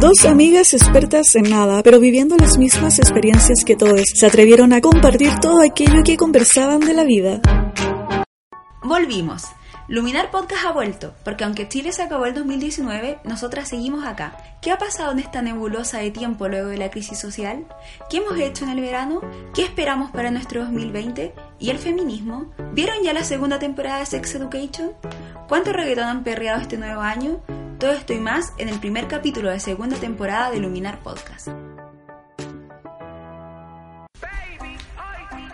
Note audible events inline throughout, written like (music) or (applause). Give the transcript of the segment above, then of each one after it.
Dos amigas expertas en nada, pero viviendo las mismas experiencias que todos, se atrevieron a compartir todo aquello que conversaban de la vida. Volvimos. Luminar Podcast ha vuelto, porque aunque Chile se acabó el 2019, nosotras seguimos acá. ¿Qué ha pasado en esta nebulosa de tiempo luego de la crisis social? ¿Qué hemos hecho en el verano? ¿Qué esperamos para nuestro 2020? ¿Y el feminismo? ¿Vieron ya la segunda temporada de Sex Education? ¿Cuánto reggaetón han perreado este nuevo año? Todo esto y más en el primer capítulo de segunda temporada de Luminar Podcast.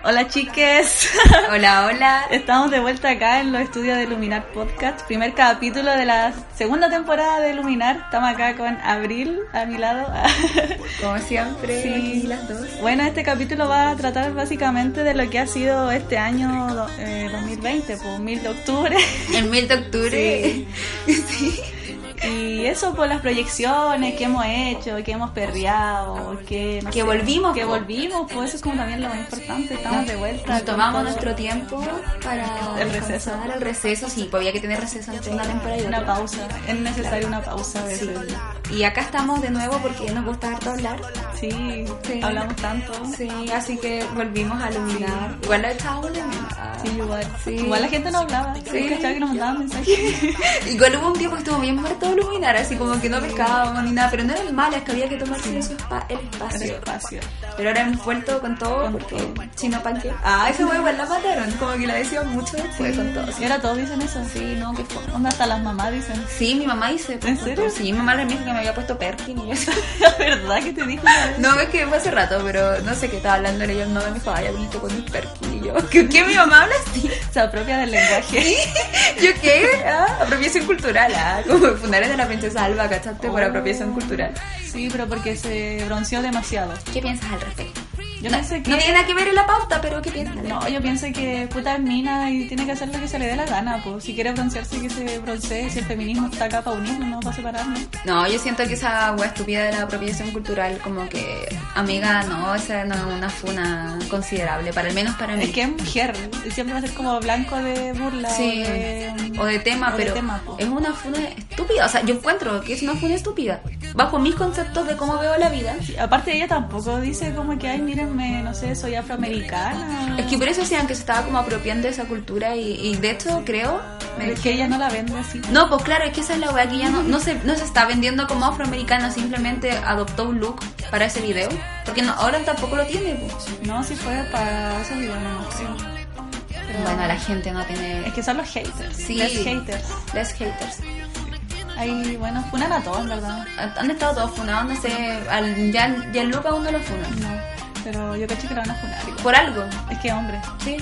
Hola chiques, (laughs) (laughs) Hola, hola. estamos de vuelta acá en los estudios de Luminar Podcast, primer capítulo de la segunda temporada de Luminar, estamos acá con Abril a mi lado. (laughs) Como siempre, Sí. aquí las dos. Bueno, este capítulo va a tratar básicamente de lo que ha sido este año do- eh, 2020, pues 1000 de octubre, (laughs) El 1000 de octubre. Sí. y eso por las proyecciones que hemos hecho, que hemos perreado, que... no Que volvimos, Que po. volvimos, pues eso es como también lo más importante, estamos de vuelta. Nos con tomamos todo. nuestro tiempo para El receso. descansar, el receso, sí, pues había que tener receso entre una temporada y otra. Una pausa, es necesaria una pausa a veces. Y acá estamos de nuevo porque nos gusta harto hablar. Sí, Sí. hablamos tanto. Sí, Sí, así que volvimos a iluminar. Igual la echábamos de menos. igual. Sí. Igual la gente no hablaba. Sí. Sí. que nos mandaban mensajes. (laughs) Igual hubo un tiempo que estuvo bien muerto de iluminar, así como que no pescábamos ni nada, pero no era el malo, es que había que tomarse su espa- el El espacio. espacio. Pero ahora hemos vuelto con todo Con porque todo. chino panque. Ah, esa hueá igual la mataron, como que la decían mucho después con todo. Y ahora todos dicen eso. Sí, no, que onda hasta las mamás dicen. (laughs) Sí, mi mamá dice. ¿En serio? Sí, mi mamá le dijo que me había puesto Perkin y yo así. (laughs) La verdad que te dijo. una vez? No, es que fue hace rato, pero no sé qué estaba hablando. Yo no me dijo, ay, hablito con mis Perkin. Y yo, (laughs) ¿qué, qué mi mamá habla así? (laughs) Se apropia del lenguaje. ¿Yo qué? Ah, apropiación cultural, ah. Como funerales de la princesa Alba, ¿cachaste? Por Oh. apropiación cultural. Sí, pero porque se bronceó demasiado. ¿Qué piensas al respecto? Yo no, pensé que- no tiene nada que ver en la pauta, pero ¿qué piensas? No, yo pienso que puta es mina y tiene que hacer lo que se le dé la gana, pues. Si quiere broncearse, que se broncee. Si el feminismo está acá para unirnos, no para separarnos. No, yo siento que esa hueá estúpida de la apropiación cultural, como que, amiga, no, esa no es una funa considerable, para al menos para mí. Es que es mujer. y Siempre va a ser como blanco de burla. Sí, O de, o de tema, o de pero tema, po. es una funa estúpida. O sea, yo encuentro que es una funa estúpida. Bajo mis conceptos de cómo veo la vida. Aparte ella tampoco dice como que, ay, mírenme, no sé, soy afroamericana. Es que por eso decían que se estaba como apropiando de esa cultura y, y de hecho creo... me- Es que ella no la vende así. No, pues claro, es que esa es la weá que ya no, no, se, no se está vendiendo como afroamericana, simplemente adoptó un look para ese video. Porque no, ahora tampoco lo tiene. pues. No, si fue para esos videos, no sé. Pero Bueno, la gente no tiene... Es que son los haters. Sí. Los haters. Las haters. Ay, bueno, funan a todos, en ¿verdad? Han estado todos funados, no sé, al, ya, ya el look a uno lo funa. No. Pero yo caché que lo van a funar igual. Por algo, Es que, hombre. sí.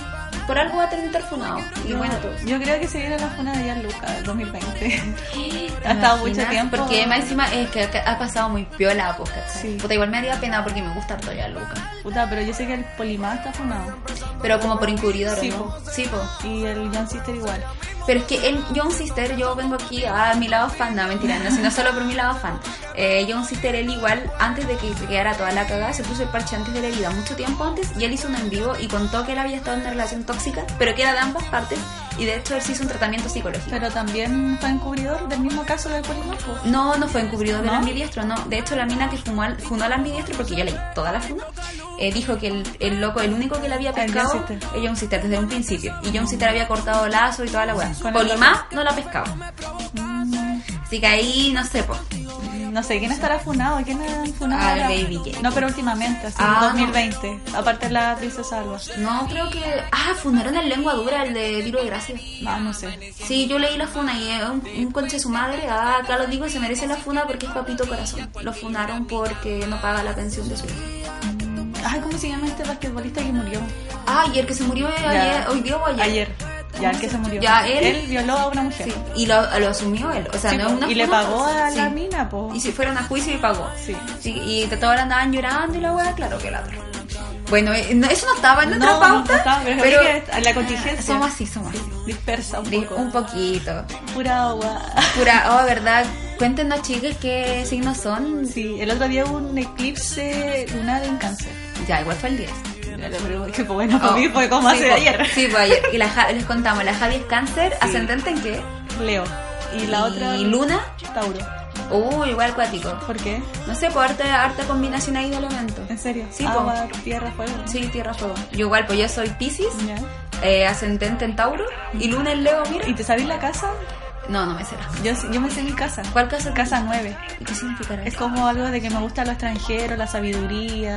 Por algo va a terminar funado. Y no, bueno, todo. Yo creo que se viene la funa de Jan Lucas 2020. (laughs) Ha estado mucho Imaginas, tiempo. Porque más encima es que ha pasado muy piola, pues, ¿cachai? Sí. Puta, igual me haría pena porque me gusta harto ya Luca. Puta, pero yo sé que el Polimá está funado. Pero como por encubridor, Sí, ¿no? po. Sí, po. Y el John Sister igual. Pero es que el John Sister, yo vengo aquí a mi lado fan, no, mentira, no, sino solo por mi lado fan. Eh, John Sister, él igual, antes de que se quedara toda la cagada, se puso el parche antes de la herida, mucho tiempo antes, y él hizo un en vivo y contó que él había estado en una relación tóxica, pero que era de ambas partes, y de hecho él se hizo un tratamiento psicológico. Pero también fue encubridor del mismo caso del Polimá. pues. No, no fue encubridor del ¿No? ambidiestro, no. De hecho, la mina que fumó al, funó al ambidiestro, porque yo leí toda la funa, eh, dijo que el, el loco, el único que le había El pescado, John Sitter. es John Sitter desde un principio. Y John Sitter había cortado lazo y toda la weá. Con el Polimá no la pescaba. Mm. Así que ahí, no sé, po. No sé, ¿quién estará funado? ¿Quién ha funado? Ah, ahora? Baby Jane. No, pero últimamente, así, Ah, 2020. Aparte de la princesa Alba. No, creo que. Ah, funaron el lengua dura, el de Tiro de Gracia. No, no sé. Sí, yo leí la funa y es un, un conche su madre. Ah, acá lo digo, se merece la funa porque es papito corazón. Lo funaron porque no paga la pensión de su hijo. Ay, ¿cómo se llama este basquetbolista que murió? Ah, y el que se murió ayer, hoy día o ayer. Ayer. Ya, el que se murió. Ya, él- violó a una mujer. Sí, y lo, lo asumió él. O sea, Sí, no po, es una y le forma- pagó a la sí. mina, po. Y si fueron a juicio y pagó. Sí. Sí, y de todas andaban llorando y la weá, claro que la otra. Bueno, eh, no- eso no estaba en No, nuestra no pauta. Ah, estaba, pero es que la contingencia. Somos así, somos así. Dispersa un Di- poco. Un poquito. Pura agua. Pura, oh, verdad. Cuéntenos, chicas, qué signos son. Sí, el otro día hubo un eclipse lunar en cáncer. Ya, igual fue el 10. Mira, lo primero que fue bueno Oh, para mí fue como sí, hace po- ayer. Sí, pues ayer. Y la Ja- les contamos, la Javi es cáncer, ascendente en qué? Leo. Y la otra... Y Luna, Tauro. Uh, igual acuático. ¿Por qué? No sé, pues harta, harta combinación ahí de elementos. ¿En serio? Sí, Agua, tierra, fuego. Sí, tierra, fuego. Yo igual, pues yo soy Pisces, Ya. eh, ascendente en Tauro y luna en Leo, mira. ¿Y te sabes la casa? No, no me será. Yo, yo me sé mi casa. ¿Cuál casa? Casa 9. ¿Y qué significará Es eso? como algo de que me gusta lo extranjero, (laughs) la sabiduría.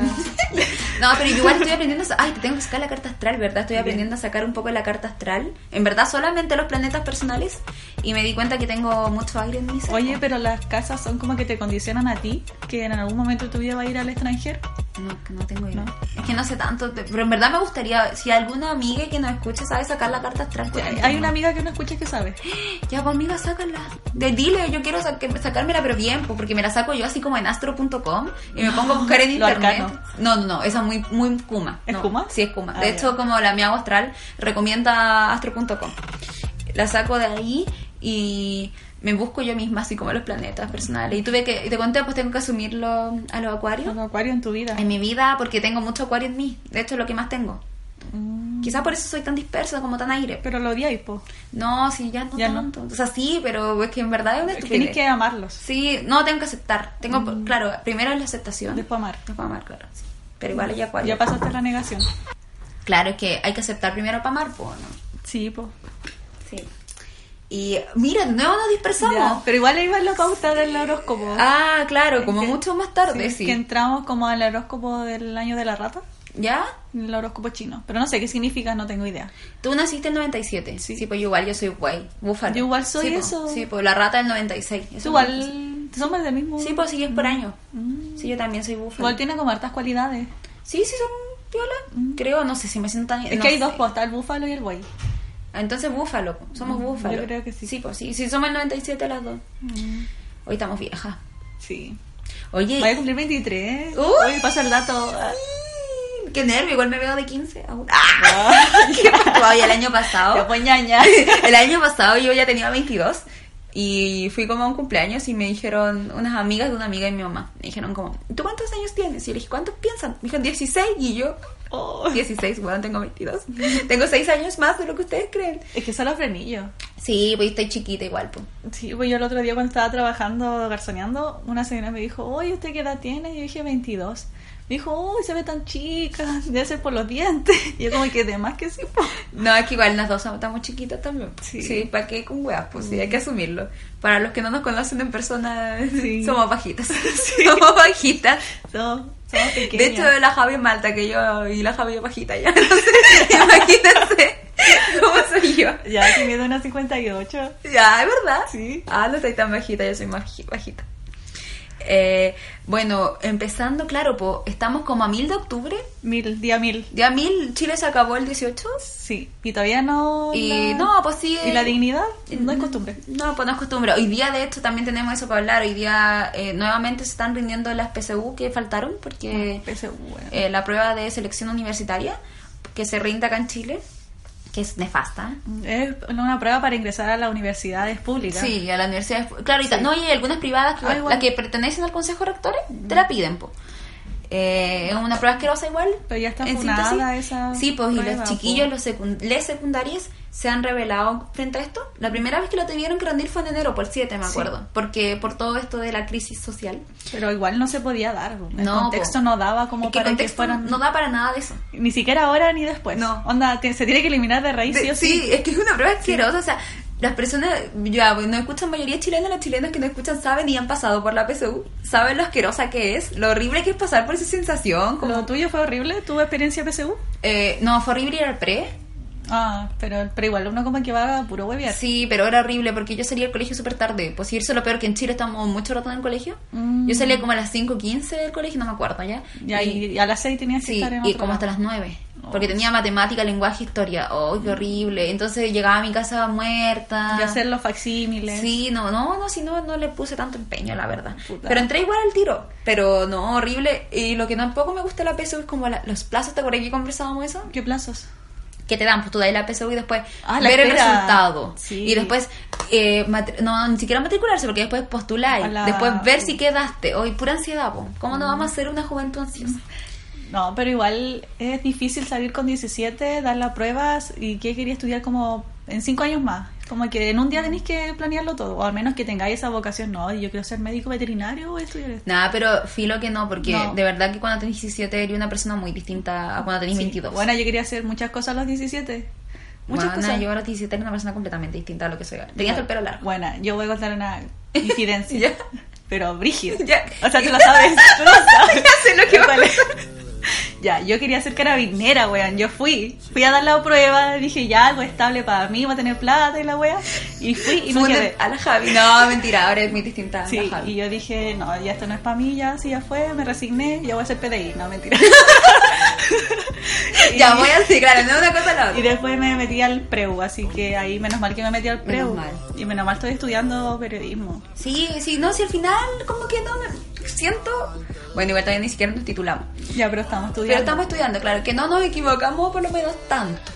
No, pero yo igual estoy aprendiendo. a sa- Ay, tengo que sacar la carta astral, ¿verdad? Estoy aprendiendo a sacar un poco la carta astral. En verdad, solamente los planetas personales. Y me di cuenta que tengo mucho aire en mi ser. Oye, pero las casas son como que te condicionan a ti, que en algún momento de tu vida va a ir al extranjero. No, que no tengo idea. No. Es que no sé tanto. te- Pero en verdad me gustaría. Si alguna amiga que nos escuche sabe sacar la carta astral. pues, Hay una amiga que no escucha que sabe. Ya, pues amiga, sácala. De, dile, yo quiero sa- que- sacármela, pero bien, pues, porque me la saco yo así como en astro.com y me pongo a buscar en (laughs) Lo internet. arcano. No, no, no, esa es muy, muy Kuma. ¿Es No, Kuma? Sí, es Kuma. Ah, de ya. hecho, como la mi agua astral recomienda astro.com. La saco de ahí y me busco yo misma así como los planetas personales. Y tuve que, y te conté, pues tengo que asumirlo a los acuarios. Un acuario en tu vida. En mi vida, porque tengo mucho acuario en mí. De hecho, es lo que más tengo. Mm, Quizás por eso soy tan dispersa, como tan aire. Pero lo odiáis, po. No, sí, ya no Ya no. tanto. O sea, sí, pero es que en verdad es una Tenéis estupidez. que Mm. amarlos. Sí, no, tengo que aceptar. Tengo, claro, primero es la aceptación. Después amar. Después amar, claro. sí. Pero igual hay acuario. Mm. Ya pasaste la negación. Claro, es que hay que aceptar primero para amar, pues, ¿no? Sí, po. Sí. Y mira, de nuevo nos dispersamos. Ya, Pero igual ahí va la pauta del horóscopo. Ah, claro, como Que- mucho más tarde, sí. Que entramos como al horóscopo del año de la rata. ¿Ya? El horóscopo chino. Pero no sé qué significa, no tengo idea. Tú naciste en 97. Sí, Sí. pues yo igual yo soy guay, búfalo. Yo igual soy Sí, po, eso. sí, pues la rata del 96. Eso Tú igual somos del mismo. Sí, pues sí, es por año. Mm. Sí, yo también soy búfalo. Igual tiene como hartas cualidades. Sí, sí son viola. Creo, no sé si me siento tan. Mm. Es no que hay sé. dos, pues, está el búfalo y el buey. Entonces, búfalo. po. Somos Mm, búfalo. yo creo que sí. Mm. Sí, pues sí. Si somos el 97 las dos. Hoy estamos viejas. Sí. Oye. Voy a cumplir 23. ¡Uy! Hoy pasa el dato. Ah. mm, Qué nervio, igual me veo de 15 aún. ¡Ah! (laughs) Qué guay, el año (laughs) Ya, pasado. pues, ñaña. (laughs) El año pasado yo ya tenía 22 y fui como a un cumpleaños y me dijeron unas amigas de una amiga de mi mamá. Me dijeron como, ¿tú cuántos años tienes? Y yo le dije, ¿cuántos piensan? Me dijeron 16 y yo, (laughs) Oh. 16, bueno, tengo 22. Tengo 6 años más de lo que ustedes creen. Es que son los frenillos. Sí, pues estoy chiquita igual, pues. Sí, pues yo el otro día cuando estaba trabajando, garzoneando, una señora me dijo, oye, ¿usted qué edad tiene? Y yo dije, 22. Me dijo, uy, se ve tan chica, debe ser por los dientes. (laughs) Y yo como que de más que sí, po. No, es que igual las dos somos- estamos chiquitas también. po. Sí, Sí. ¿para qué con weas? Pues sí, hay que asumirlo. Para los que no nos conocen en persona, Sí. somos bajitas. (laughs) Somos bajitas. Somos, somos pequeñas. De hecho, la Javi es malta que yo y la Javi es bajita ya. (laughs) Entonces, imagínense (laughs) cómo soy yo. Ya, si mide una 58. Ya, es verdad. Sí. Ah, no estoy tan bajita, yo soy más baji- bajita. Eh, bueno, empezando, claro, po, estamos como a mil de octubre. Mil, día mil. Ya mil, Chile se acabó el 18. Sí. Y todavía no... Y la- no, pues sí. Y la dignidad no es costumbre. No, pues no es costumbre. Hoy día, de hecho, también tenemos eso para hablar. Hoy día, eh, nuevamente se están rindiendo las PSU que faltaron porque Ese, bueno. eh, la prueba de selección universitaria que se rinde acá en Chile, que es nefasta. Es una prueba para ingresar a las universidades públicas. Sí, a la universidad. Claro, y ta- no, y hay algunas privadas, que, Ah, igual. las que pertenecen al Consejo de Rectores, te la piden, po. Eh, es una prueba asquerosa igual. Pero ya está en funada síntesis. esa Sí, pues, y prueba, los po. chiquillos, los secund les secundarios se han revelado frente a esto. La primera vez que lo tuvieron que rendir fue en enero, por el 7, me Sí. acuerdo. Porque por todo esto de la crisis social. Pero igual no se podía dar. El No, contexto po. no daba como Es que el para que contexto fueran... no da para nada de eso. Ni siquiera ahora ni después. No. Onda, te- se tiene que eliminar de raíz, sí De- o sí. es que es una prueba asquerosa. O sea, las personas, ya, bueno, no escuchan mayoría chilena, los chilenos que no escuchan saben y han pasado por la PSU, saben lo asquerosa que es, lo horrible que es pasar por esa sensación. Como, ¿Lo tuyo fue horrible? ¿Tuvo experiencia PSU? Eh, no, fue horrible ir al pre. Ah, pero, pero igual uno como que va a puro huevear. Sí, pero era horrible porque yo salía del colegio súper tarde. Pues irse lo peor que en Chile estamos mucho rato en el colegio. Mm. Yo salía como a las 5.15 del colegio, no me acuerdo ya. Ya, y, y a las seis tenías que Sí, estar en y otro como hasta lado. las 9. Oh. Mm. Porque tenía matemática, lenguaje, historia. ¡Oh, qué horrible! Entonces llegaba a mi casa muerta. Y hacer los facsímiles. Sí, no, no, no, si no, no le puse tanto empeño, la verdad. Puta. Pero entré igual al tiro. Pero no, horrible. Y lo que tampoco me gusta de la PSU es como la- los plazos, ¿te acuerdas que conversábamos eso? ¿Qué plazos? Que te dan, pues tú das la PSU y después Ah, la ver el espera. resultado. Sí. Y después, eh, matri- no, ni siquiera matricularse, porque después postular A la- Ah. Después ver si quedaste. Hoy, pura ansiedad, po. ¿Cómo no vamos a ser una juventud ansiosa? No, pero igual es difícil salir con 17, dar las pruebas y qué quería estudiar como en cinco años más. Como que en un día tenéis que planearlo todo, o al menos que tengáis esa vocación, no, yo quiero ser médico veterinario o estudiar esto. Nada, pero filo que no, porque No. de verdad que cuando tenés 17 eres una persona muy distinta a cuando tenés Sí. 22. Bueno, yo quería hacer muchas cosas a los 17. Muchas Bueno, cosas. yo ahora 17 era una persona completamente distinta a lo que soy ahora. Tenías el pelo largo. Bueno, yo voy a contar una (laughs) incidencia. Ya. Pero brígida. Ya. O sea, tú lo sabes. (laughs) (laughs) Tú lo sabes. sé lo que va a Vale. Ya, yo quería ser carabinera, weón. Yo fui. Fui a dar la prueba. Dije, ya, algo estable para mí, va a tener plata y la wea. Y fui y no Funde quedé. a la Javi. No, mentira, ahora es muy distinta a Sí, la Javi. y yo dije, no, ya esto no es para mí, ya, si ya fue, me resigné, ya voy a ser PDI. No, (laughs) mentira. Ya voy así, claro, no una cosa a la Y otra. después me metí al preu, así que ahí menos mal que me metí al preu. Menos mal. Y menos mal estoy estudiando periodismo. Sí, sí, no, si al final como que no me siento... Bueno, igual todavía ni siquiera nos titulamos. Ya, pero estamos estudiando. Pero estamos estudiando, claro, que no nos equivocamos por lo menos tanto.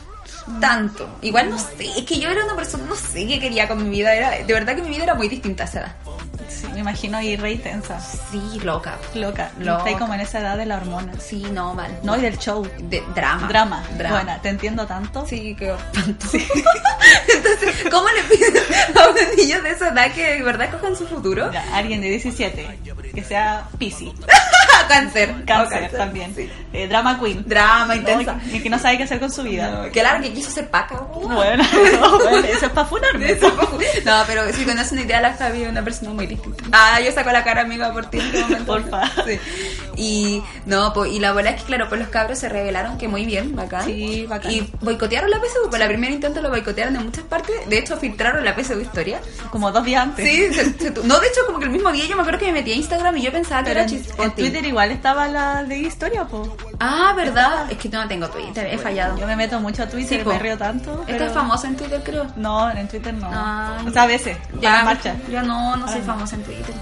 Tanto. Igual no sé, es que yo era una persona, no sé qué quería con mi vida. Era, de verdad que mi vida era muy distinta a esa edad. Sí, me imagino y re intensa. Sí, loca. Loca. Loca. Está ahí como en esa edad de las hormonas. Sí, no, mal. No, y del show. De, drama. Drama. Drama. Bueno, te entiendo tanto. Sí, (laughs) que tanto. Entonces, ¿cómo le pides a unos niños de esa edad que de verdad cojan su futuro? Ya, alguien de 17 que sea Pisi, Ah, cáncer. O cáncer también, sí. Eh, drama queen, Drama No, intensa. y que no sabe qué hacer con su vida. Claro que quiso ser paca. weón. (laughs) Bueno, (laughs) no, bueno, eso es para funarme. No, pero si conoces una idea, la Javi es una persona muy distinta. Ah, yo saco la cara amiga por ti en este momento. Porfa. Sí. Y no, pues, y la bola es que, claro, pues los cabros se revelaron que muy bien, bacán. Sí, bacán. Y boicotearon la PSU, pues la primera intento lo boicotearon en muchas partes. De hecho, filtraron la PSU historia. Como dos días antes. Sí, se- se tu- no, de hecho, como que el mismo día yo me acuerdo que me metí a Instagram y yo pensaba que Pero era en, en Twitter chistote. igual estaba la de historia, po. Ah, ¿verdad? Es que no tengo Twitter, he fallado. Yo me meto mucho a Twitter, Sí, po. me río tanto. Esta es pero- famosa en Twitter, creo. No, en Twitter no. Ay. O sea, a veces, ya marcha. Ya no, no soy Ahora no. famosa en Twitter.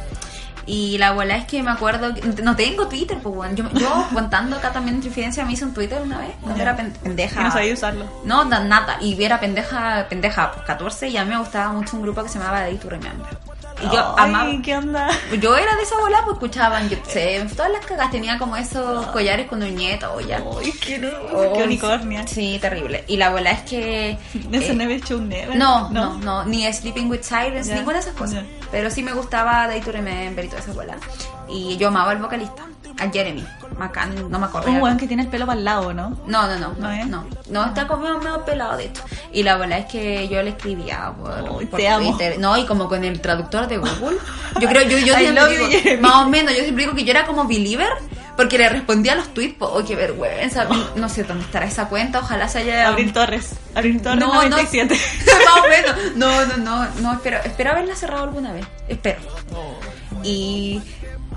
Y la abuela es que me acuerdo que no tengo Twitter, pues weón. Yo, (laughs) yo contando acá también en Trifidencia me hice un Twitter una vez, cuando Ya. era pen- pendeja. Y no sabía usarlo. No, na- nada. Y era pendeja, pendeja, pues 14 y a mí me gustaba mucho un grupo que se llamaba Day to Remember. Y yo Ay, amaba. ¿qué onda? Yo era de esa bola, pues escuchaban, yo sé, todas las cagas tenía como esos collares con uñeta o ya. Ay, qué, Oh, qué unicornia. Sí, terrible. Y la abuela es que. Eso eh, no es show never. no, no, no, ni Sleeping with Silence, Ya, ninguna de esas cosas. ya. Pero sí me gustaba Day to Remember y toda esa bola. Y yo amaba al vocalista, a Jeremy. Macan, no me acuerdo. Un era- weón que tiene el pelo para el lado, ¿no? No, no, no, ¿No no, es? no, no, está como medio, medio pelado de esto. Y la verdad es que yo le escribía por, Ay, por te amo. no, y como con el traductor de Google. Yo creo, yo, yo (laughs) I siempre love digo, you, Jeremy. más o menos, yo siempre digo que yo era como believer, porque le respondía a los tweets, po, oh, qué vergüenza, no sé dónde estará esa cuenta, ojalá se haya... Abril Torres. Abril Torres 97. No, (laughs) más o menos. No, no, no, no, espero, espero haberla cerrado alguna vez. Espero. Y.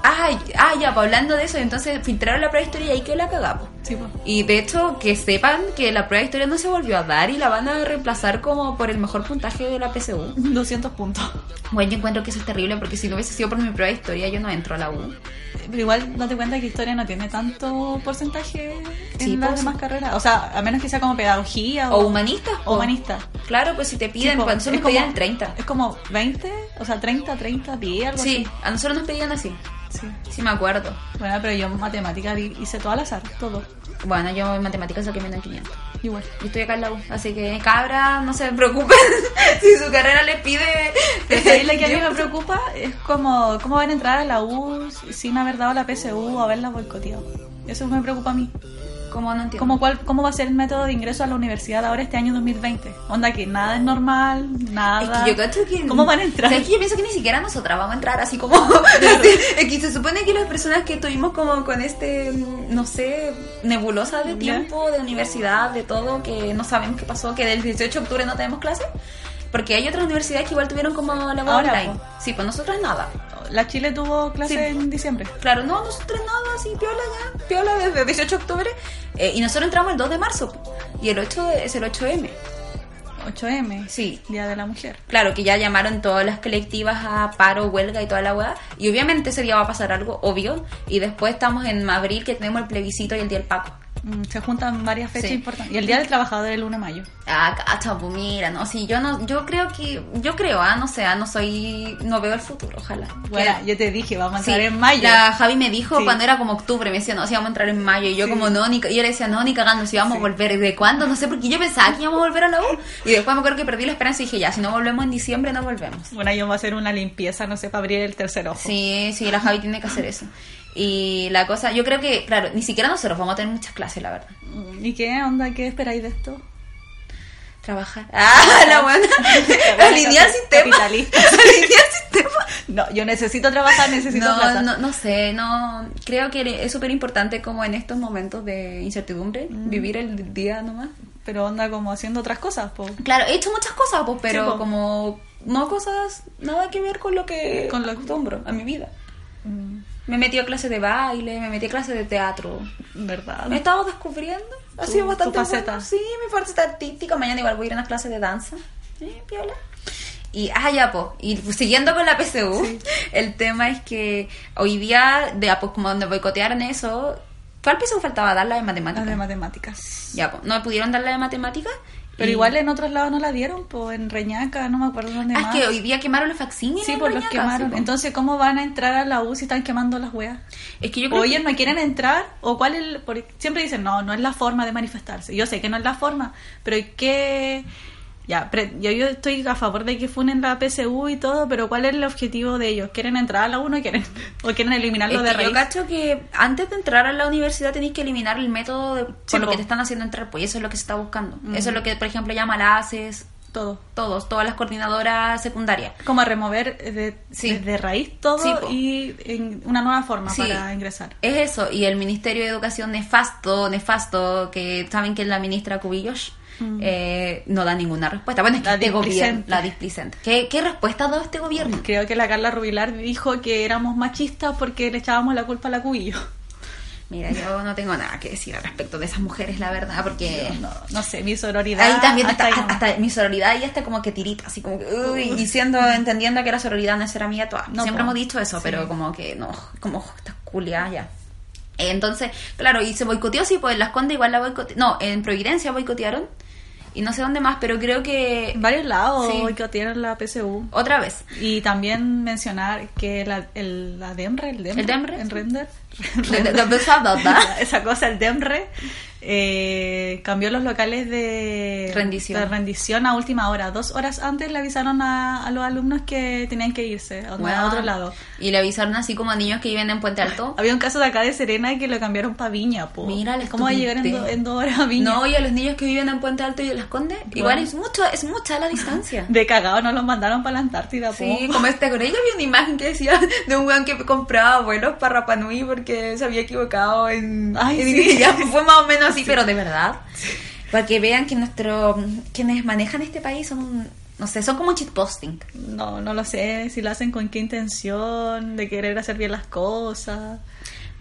Ah, ah, ya, pues hablando de eso, entonces filtraron la prehistoria y ahí que la cagamos. Sí, po. Y de hecho, que sepan que la prueba de historia no se volvió a dar y la van a reemplazar como por el mejor puntaje de la PSU. 200 puntos. Bueno, yo encuentro que eso es terrible porque si no hubiese sido por mi prueba de historia, yo no entro a la U. Pero igual date cuenta que historia no tiene tanto porcentaje Sí, en las po, sí. demás carreras. O sea, a menos que sea como pedagogía O o, humanistas. o po. humanista. Claro, pues si te Sí, piden, po. cuando nosotros nos pedían 30. Es como 20, o sea, 30, 30, 10, algo Sí, a nosotros nos pedían así. así. Sí. Sí, me acuerdo. Bueno, pero yo en matemática vi- hice todo al azar, todo. Bueno, yo en matemáticas saqué menos de 500. Igual. Yo estoy acá en la U, así que cabra, no se preocupen (laughs) si su carrera les pide. Pero ¿sabéis lo que (laughs) a mí me preocupa es como cómo van a entrar a la U sin haber dado la PSU o haberla boicoteado. Eso me preocupa a mí. Como no entiendo. Como cuál, ¿Cómo va a ser el método de ingreso a la universidad ahora este año 2020? Onda que nada es normal, Es nada. que yo cacho que. ¿Cómo van a entrar? Es que yo pienso que ni siquiera nosotras vamos a entrar (laughs) así (laughs) como. es que se supone que las personas que tuvimos como con este, no sé, nebulosa de Ya. tiempo, de universidad, de todo, que no sabemos qué pasó, que del 18 de octubre no tenemos clases. Porque hay otras universidades que igual tuvieron como la web Ahora, online. po. Sí, pues nosotras nada. La Chile tuvo clase Sí. en diciembre. Claro, no, nosotros nada, así, piola ya, piola desde el 18 de octubre. Eh, y nosotros entramos el 2 de marzo, po. y el 8 es el 8M. 8M. Sí. Día de la Mujer. Claro, que ya llamaron todas las colectivas a paro, huelga y toda la hueá. Y obviamente ese día va a pasar algo, obvio. Y después estamos en abril, que tenemos el plebiscito y el día del Paco. Mm, Se juntan varias fechas Sí. importantes. Y el Día del Trabajador es el 1 de mayo. Ah, cacha, pues mira, no, si yo no, yo creo que, yo creo, ah, no sé, ah, no soy, no veo el futuro, ojalá. Bueno, Que- yo te dije, vamos a Sí, entrar en mayo. La Javi me dijo Sí. cuando era como octubre, me decía, no, si vamos a entrar en mayo. Y yo Sí. como, no, ni, ca- y yo le decía, no, ni cagando, si vamos Sí. a volver. ¿De cuándo? No sé, porque yo pensaba que íbamos a volver a la U. Y después me acuerdo que perdí la esperanza y dije, ya, si no volvemos en diciembre, no volvemos. Bueno, yo voy a hacer una limpieza, no sé, para abrir el tercer ojo. Sí, sí, la Javi tiene que hacer eso. Y la cosa, yo creo que, claro, ni siquiera nosotros vamos a tener muchas clases, la verdad. Mm, ¿Y qué onda? ¿Qué esperáis de esto? Trabajar. Ah, la buena. (laughs) Alinear sistema. Capitalista. (laughs) Alinear sistema. No, yo (laughs) necesito trabajar, necesito plata. No, no, no sé, no. Creo que es súper importante como en estos momentos de incertidumbre, vivir el día nomás. Pero onda como haciendo otras cosas, po. Claro, he hecho muchas cosas, pues, pero Sí, po. como no cosas nada que ver con lo que Con lo- acostumbro a mi vida. Me metí a clases de baile, me metí a clases de teatro. ¿Verdad? Me he estado descubriendo. Ha Tu- sido tu bastante faceta. bueno. Sí, mi faceta artística. Mañana igual voy a ir a unas clases de danza. Eh, piola. Y, ah, ya, pues, y siguiendo con la PSU, el tema es que hoy día, de, ah, pues, como donde boicotearon eso, ¿cuál PSU faltaba dar la de Las matemáticas? de matemáticas. Ya, pues, no me pudieron dar la de matemáticas. Pero y- igual en otros lados no la dieron, po. En Reñaca, no me acuerdo dónde Ah, más. es que hoy día quemaron los facsímiles. Sí, en por los Reñaca, quemaron. sí, po. Entonces, ¿cómo van a entrar a la U si están quemando las weas? es que yo creo O ellos no quieren entrar, o cuál es el- por- siempre dicen, no, no es la forma de manifestarse. Yo sé que no es la forma, pero ¿y ¿qué? Ya, pre- yo, yo estoy a favor de que funen la PSU y todo, pero ¿cuál es el objetivo de ellos? ¿Quieren entrar a la uno o quieren, o quieren Es eliminarlo de que yo raíz? cacho que antes de entrar a la universidad tenéis que eliminar el método de, por Sí, lo po. que te están haciendo entrar, pues y eso es lo que se está buscando. Ujú. Eso es lo que, por ejemplo, llama la ACES, Todo. todos, todas las coordinadoras secundarias. Como remover eh, de, Sí. desde raíz todo Sí, po. y en una nueva forma Sí. para ingresar. Es eso, y el Ministerio de Educación nefasto, nefasto, que saben que es la ministra Cubillos, Mm. eh, no da ninguna respuesta. Bueno, es que La este gobierno, displicente. la displicente. ¿Qué, qué respuesta ha dado este gobierno? Creo que la Carla Rubilar dijo que éramos machistas porque le echábamos la culpa a la cubillo. Mira, yo no tengo nada que decir al respecto de esas mujeres, la verdad, porque... No, no sé, mi sororidad. Ahí también hasta hasta, ahí nomás. hasta mi sororidad y hasta como que tirita, así como que, uy, y siendo, entendiendo que la sororidad no es ser amiga toda. No, Siempre po. hemos dicho eso, Sí. pero como que no, como estas culiadas ya. Eh, Entonces, claro, y se boicoteó, sí, pues en Las Condes igual la boicotearon. No, en Providencia boicotearon y no sé dónde más, pero creo que En varios lados Sí. que tienen la PSU. otra vez. Y también mencionar que la, el, la DEMRE, el DEMRE, ¿El DEMRE? en render, (laughs) De- de- de- de- (laughs) ¿verdad? esa cosa, el DEMRE, eh, cambió los locales de Rendición. de rendición a última hora. Dos horas antes le avisaron a, a los alumnos que tenían que irse a, Bueno, a otro lado. Y le avisaron así como a niños que viven en Puente Alto. Había un caso de acá de Serena que lo cambiaron para Viña, po. Mira la ¿Cómo va a llegar en, estupidez. do- en dos horas a Viña? No, y a los niños que viven en Puente Alto y en Las Condes, igual Bueno. es mucho, es mucha la distancia. De cagado no los mandaron para la Antártida, po. Sí, como este con ella vi una imagen que decía de un weón que compraba vuelos para Rapa Nui porque se había equivocado en, Ay, en (laughs) sí. identidad. fue más o menos así, pero de verdad. Para que vean que nuestro quienes manejan este país son un- no sé, son como shitposting. No, no lo sé, si lo hacen con qué intención, de querer hacer bien las cosas.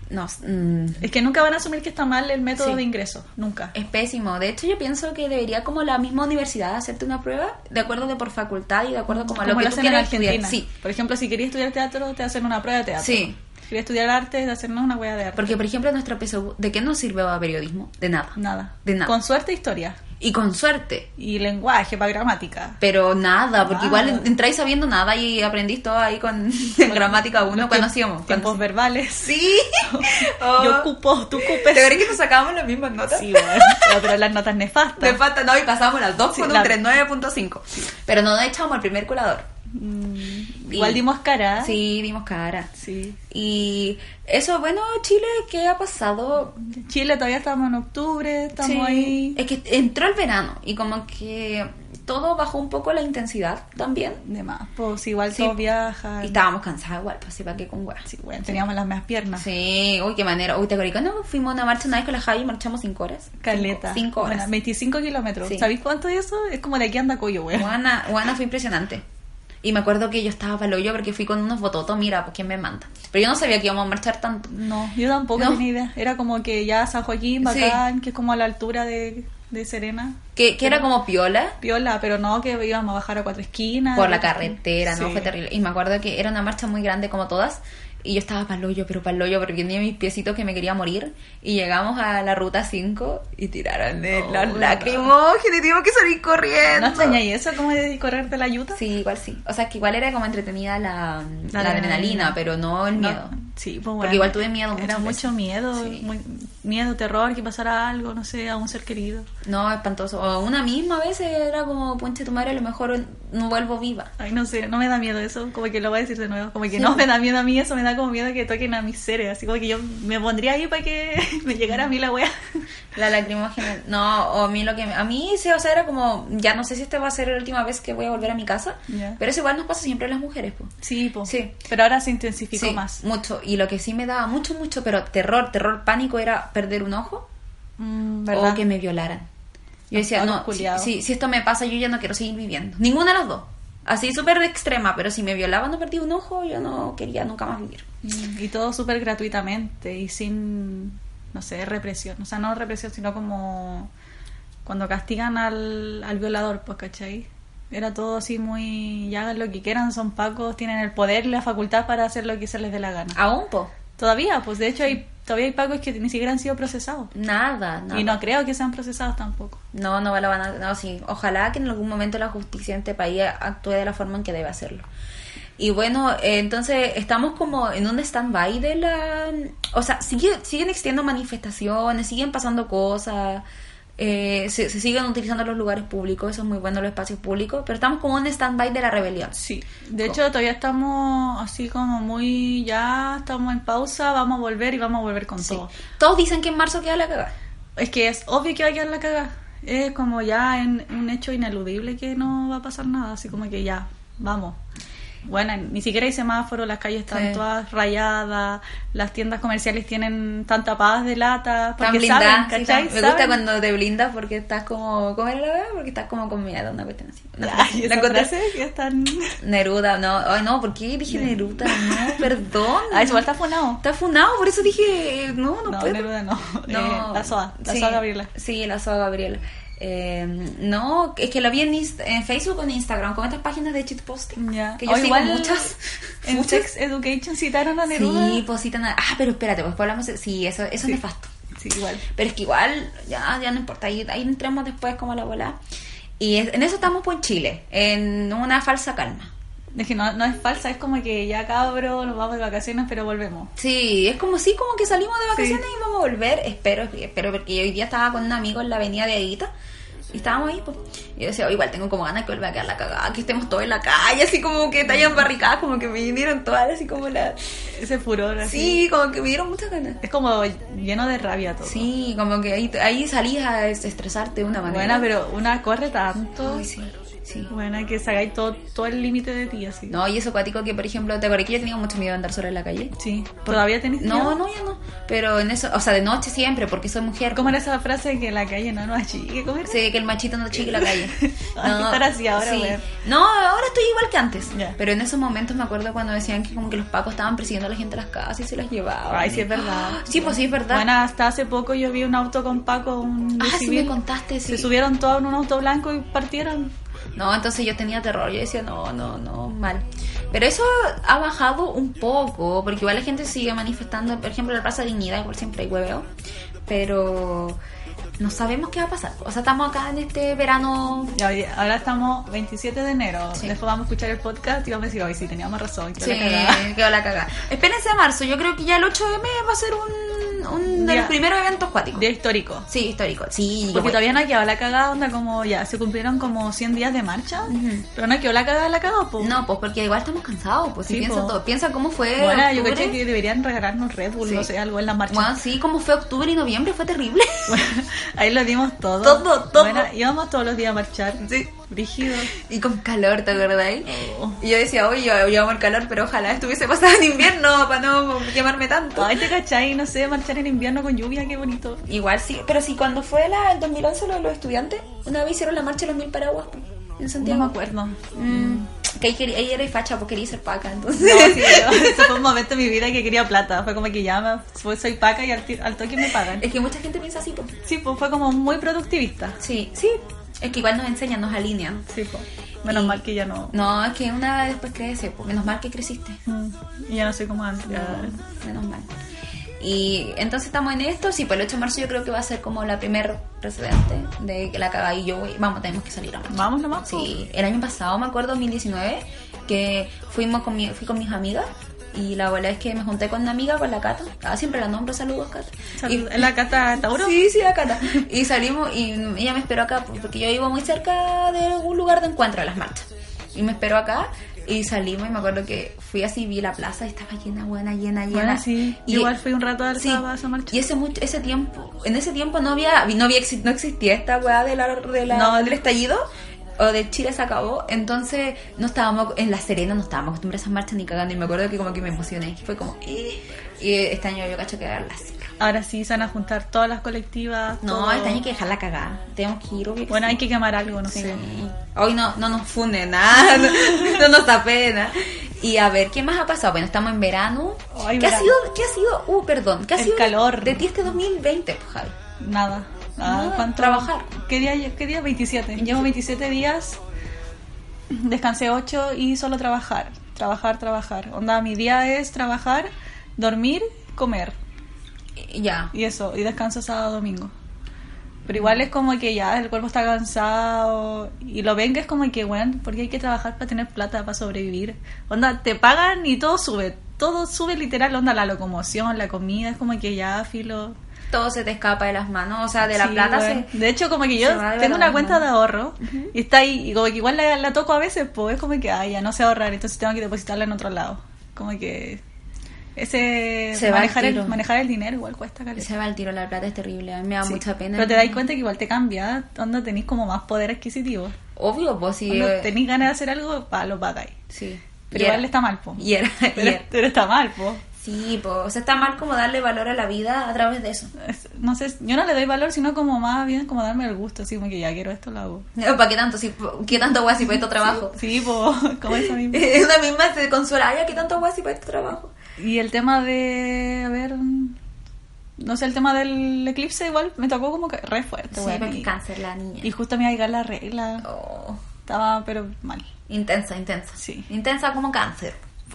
No, mm, Es que nunca van a asumir que está mal el método Sí. de ingreso, nunca. es pésimo. De hecho, yo pienso que debería como la misma universidad hacerte una prueba de acuerdo de por facultad y de acuerdo como a lo que tú hacen en quieras Argentina. estudiar. Sí. Por ejemplo, si querías estudiar teatro, te hacen una prueba de teatro. Sí. Querías estudiar arte, te hacen una hueá de arte. Porque por ejemplo, nuestra PSU, ¿de qué nos sirve para periodismo? De nada. Nada. De nada. Con suerte, historia. Y con suerte, Y lenguaje para gramática. Pero nada, porque Nada. igual entráis sabiendo nada y aprendís todo ahí con (laughs) en gramática uno cuando hacíamos. Tiempos cuando- verbales. Sí. (laughs) Oh. Yo ocupo, tú ¿Te (laughs) ocupes. crees que nos sacábamos las mismas notas? (laughs) Sí, bueno. No, pero las notas De nefastas. falta, no, y pasábamos las dos Sí, con la- un 39.5. Pero no nos echábamos el primer colador. Mm, Y- Igual dimos cara. Sí, dimos cara. Sí. Y eso, bueno, Chile, ¿qué ha pasado? Chile todavía estamos en octubre, estamos Sí. ahí. Es que entró el verano y como que todo bajó un poco la intensidad también. De más, pues igual Sí. todos viajan. Y estábamos cansados igual, pues sí, para qué con weas. Sí, bueno, teníamos las mismas piernas. Sí, uy, qué manera. Uy, te acuerdas cuando fuimos a una marcha una vez con la Javi y marchamos 5 horas. Caleta. 5 horas. Bueno, 25 kilómetros. Sí. ¿Sabéis cuánto es eso? Es como de aquí anda Coyo, güey. Juana, Juana fue impresionante. Y me acuerdo que yo estaba para el hoyo porque fui con unos bototos, mira, pues quién me manda. Pero yo no sabía que íbamos a marchar tanto. No, yo tampoco No. tenía idea. Era como que ya San Joaquín, Sí. Bacán, que es como a la altura de, de Serena. Que, que era como piola Piola, pero no que íbamos a bajar a cuatro esquinas. por la carretera, ¿no? Ah, Sí. Fue terrible. Y me acuerdo que era una marcha muy grande como todas. Y yo estaba para hoyo, pero para hoyo, porque tenía mis piecitos que me quería morir. Y llegamos a la ruta 5 y tiraron de Oh, las no. lágrimas. Y tuvimos que salir ¿No corriendo. extrañáis eso como de correr de la yuta? Sí, igual sí. O sea, que igual era como entretenida la, la adrenalina. adrenalina, pero no el No, miedo. Sí, pues bueno. Porque igual tuve miedo Era muchas veces. mucho miedo, Sí. muy- miedo, terror, que pasara algo, no sé, a un ser querido. No, espantoso. O una misma a veces era como, ponche tu madre, a lo mejor no vuelvo viva. Ay, no sé, no me da miedo eso, como que lo voy a decir de nuevo, como que Sí. no me da miedo a mí eso, me da como miedo que toquen a mis seres, así como que yo me pondría ahí para que (laughs) me llegara a mí la wea. La lacrimógena. No, o a mí lo que. A mí, sí, o sea, era como, ya no sé si esta va a ser la última vez que voy a volver a mi casa. Ya. Pero eso igual nos pasa siempre a las mujeres, pues. Sí, po. Sí. pero ahora se intensificó Sí, más. mucho. Y lo que sí me daba mucho, mucho, pero terror, terror, pánico era perder un ojo Mm, ¿verdad? o que me violaran. Yo decía, Los no, si, culiados. si- si esto me pasa, yo ya no quiero seguir viviendo. Ninguna de las dos. Así súper extrema, pero si me violaban, no perdí un ojo, yo no quería nunca más vivir. Mm, Y todo súper gratuitamente y sin, no sé, represión. O sea, no represión, sino como cuando castigan al, al violador, pues, ¿cachai? Era todo así muy, ya hagan lo que quieran, son pacos, tienen el poder y la facultad para hacer lo que se les dé la gana. Aún, po. Todavía, pues de hecho hay, todavía hay pacos que ni siquiera han sido procesados. Nada, nada. Y no creo que sean procesados tampoco. No, no la van a... No, sí. Ojalá que en algún momento la justicia en este país actúe de la forma en que debe hacerlo. Y bueno, eh, entonces estamos como en un stand-by de la... O sea, sigue- siguen existiendo manifestaciones, siguen pasando cosas, eh, se, se siguen utilizando los lugares públicos, eso es muy bueno, los espacios públicos, pero estamos como en un stand-by de la rebelión. Sí, de hecho todavía estamos así como muy, ya estamos en pausa, vamos a volver y vamos a volver con Sí. todo. Todos dicen que en marzo queda la cagada. Es que es obvio que va a quedar la cagada. Es como ya en- un hecho ineludible que no va a pasar nada, así como que ya, vamos. Bueno, ni siquiera hay semáforos, las calles están Sí. todas rayadas, las tiendas comerciales tienen tan tapadas de lata, Están porque blindadas, saben, sí, ¿cachai? están- me gusta Saben. cuando te blindas porque estás como... ¿Cómo era la verdad? Porque estás como con miedo, una cuestión así. Una (laughs) Ay, la esa encontré- frase que están... Neruda, no, ay no, ¿por qué dije Neruda? (laughs) No, perdón. Ah, igual está funado. Está funado, por eso dije, eh, no, no, No, puedo. Neruda no. Eh, la Soa, la sí, Soa Gabriela. Sí, la Soa Gabriela. Eh, no, es que lo vi en, Inst- en Facebook o en Instagram, con estas páginas de shitposting. Ya. Que yo O sigo igual muchas. (laughs) En Oh, Muchas. Sex Education citaron a Neruda. Sí, pues sí, tan- Ah, pero espérate, pues después hablamos. de- Sí, eso, eso Sí. es nefasto. Sí, igual. Pero es que igual, ya, ya no importa, ahí, ahí entramos después como a la bola. Y es- en eso estamos pues en Chile, en una falsa calma. Es que no, no es falsa, es como que ya cabro, nos vamos de vacaciones, pero volvemos. Sí, es como sí, como que salimos de vacaciones Sí. y vamos a volver. Espero, espero, porque yo hoy día estaba con un amigo en la avenida de Edita y estábamos ahí, pues. Y yo decía, "Oh, igual tengo como ganas que vuelva a quedar la cagada, que estemos todos en la calle, así como que te hayan barricadas, como que me vinieron todas, así como la. Ese furor así. Sí, como que me dieron muchas ganas. Es como lleno de rabia todo. Sí, como que ahí, ahí salís a estresarte de una manera. Buena, pero una corre tanto. Ay, sí, sí. Buena, que sacáis todo, todo el límite de ti así. No, y eso cuático que, por ejemplo, te acordás que yo tenía mucho miedo de andar sola en la calle. Sí. ¿Todavía tenéis No, no, ya no. Pero en eso, o sea, de noche siempre, porque soy mujer. ¿Cómo era esa frase que la calle no nos achique? ¿Cómo era? Sí, que el machito no chique la calle. (laughs) Hay que estar así ahora, weón. No, ahora estoy igual que antes. Ya. Pero en esos momentos me acuerdo cuando decían que como que los pacos estaban persiguiendo a la gente a las casas y se las llevaban. Ay, sí, es verdad. Sí, pues sí, es verdad. Bueno, hasta hace poco yo vi un auto con Paco, un ah, sí me civil. contaste, sí. Se subieron todos en un auto blanco y partieron. No, entonces yo tenía terror. Yo decía, no, no, no, mal. Pero eso ha bajado un poco, porque igual la gente sigue manifestando, por ejemplo, en la Plaza Dignidad, igual siempre hay hueveo, pero no sabemos qué va a pasar. O sea, estamos acá en este verano Ya, oye, ahora estamos 27 de enero. Sí. Después vamos a escuchar el podcast y vamos a decir, hoy sí, teníamos razón. que Sí, la cagada". quedó la cagada. Espérense a marzo, yo creo que ya el 8 de mes va a ser un, un de Ya. los primeros eventos acuáticos. Día histórico. Sí, histórico. Sí, Porque yo voy. todavía no ha quedado la cagada, onda como ya, se cumplieron como 100 días de marcha, Ujú. pero no quedó la cagada, la cagada, po. No, pues porque igual estamos cansados, pues si Sí, piensa po. todo, piensa cómo fue Bueno, yo octubre. creo que deberían regalarnos Red Bull, Sí. no sé, algo en la marcha. Bueno, sí, cómo fue octubre y noviembre, fue terrible. Bueno, (laughs) ahí lo dimos todo. Todo, todo. Bueno, íbamos todos los días a marchar. (laughs) Sí. Brígido. Y con calor, ¿te acordáis? Oh. Y yo decía, oye, yo, yo amo el calor, pero ojalá estuviese pasado en invierno para no quemarme tanto. Ay, te cachai, no sé, marchar en invierno con lluvia, qué bonito. Igual sí, pero sí, cuando fue la, el 2011 lo de los estudiantes, una vez hicieron la marcha de los mil paraguas pues, en No Santiago. me acuerdo. Mm, que ahí, quería- ahí era facha porque quería ser paca, entonces. No, (laughs) sí, yo- ese fue un momento de mi vida que quería plata. Fue como que ya me- fue- soy paca y al, ti- al toque me pagan. (laughs) Es que mucha gente piensa así, pues. Sí, pues fue como muy productivista. Sí, sí. Es que igual nos enseñan, nos alinean. Sí, pues. Menos mal que ya no. No, es que una después crece, pues, menos mal que creciste. Ah, Mm, Ya no soy como antes. ya. Menos mal. Y entonces estamos en esto, sí, pues el 8 de marzo yo creo que va a ser como la primer precedente de que la caga y yo, vamos, tenemos que salir a marchar. Vamos nomás. pues. po. Sí, el año pasado, me acuerdo, 2019, que fuimos con mi- fui con mis amigas y la verdad es que me junté con una amiga, con la Cata. Ah, siempre la nombro, saludos, Cata. Salud. Y- ¿Es la cata Tauro? Sí, sí, la Cata. Y salimos y ella me esperó acá pues, porque yo vivo muy cerca de un lugar de encuentro de las marchas. Y me esperó acá y salimos y me acuerdo que fui así, vi la plaza y estaba llena, buena, llena, llena. Bueno, Ah, sí. Y- Igual fui un rato al Sí, sábado a esa marcha. y ese mucho, ese tiempo, en ese tiempo no había, no había exi- no existía esta weá de la, de la- No. del estallido o de Chile se acabó, entonces no estábamos en la Serena, no estábamos acostumbrados a esas marchas ni cagando y me acuerdo que como que me emocioné, y fue como "Eh". y este año yo cacho que era la zorra. Ahora sí se van a juntar todas las colectivas. No, todo. este año hay que dejarla cagada. Tenemos que ir, obvio. Bueno, sí. hay que quemar algo, no Sí. sé. Hoy no, no nos funden nada, (laughs) no, no nos da pena. Y a ver, ¿qué más ha pasado? Bueno, estamos en verano. Ay, ¿Qué ha verano. sido? ¿Qué ha sido? Uh, perdón. ¿Qué ha El sido calor. de ti este 2020, pues, Javi? Nada. Nada, Nada. ¿Cuánto? trabajar. ¿Qué día, lle- ¿Qué día? 27. Llevo 27 días. Descansé 8 y solo trabajar. Trabajar, trabajar. Onda, mi día es trabajar, dormir, comer. Y- Ya. Y eso. Y descanso sábado, domingo. Pero igual es como que ya el cuerpo está cansado. Y lo ven que es como que, bueno, porque hay que trabajar para tener plata, para sobrevivir. Onda, te pagan y todo sube. Todo sube literal. Onda, la locomoción, la comida. Es como que ya, filo. Todo se te escapa de las manos, o sea, de la Sí, plata güey. se... De hecho, como que yo se va de tengo verdad, una cuenta ¿no? de ahorro y está ahí, y como que igual la, la toco a veces, pues es como que, ay, ya no sé ahorrar, entonces tengo que depositarla en otro lado. Como que ese Se va al manejar, tiro. el, manejar el dinero igual cuesta caleta. Se va el tiro, la plata es terrible, a mí me da Sí. mucha pena. Pero te das cuenta que igual te cambia, ¿ah? onda tenés como más poder adquisitivo. Obvio, pues sí. Cuando eh, tenés ganas de hacer algo, pa, lo pagáis. Sí. Pero Y igual era- está mal, po. Y era, y (laughs) Pero, era- pero está mal, po. Sí, pues, o sea, está mal como darle valor a la vida a través de eso. Es- No sé, yo no le doy valor, sino como más bien como darme el gusto, así como que ya quiero esto, lo hago. ¿Para qué tanto? Si, ¿Qué tanto guay si para esto trabajo? Sí, po, (laughs) como (laughs) eso mismo. Una misma se consuela, ay, ¿qué tanto guay si para esto trabajo? Y el tema de, a ver, no sé, el tema del eclipse igual me tocó como que re fuerte. Sí, weón, porque y, cáncer la niña. y justo me iba a llegar la regla. Oh, Estaba, pero mal. intensa, intensa. Sí. Intensa como cáncer.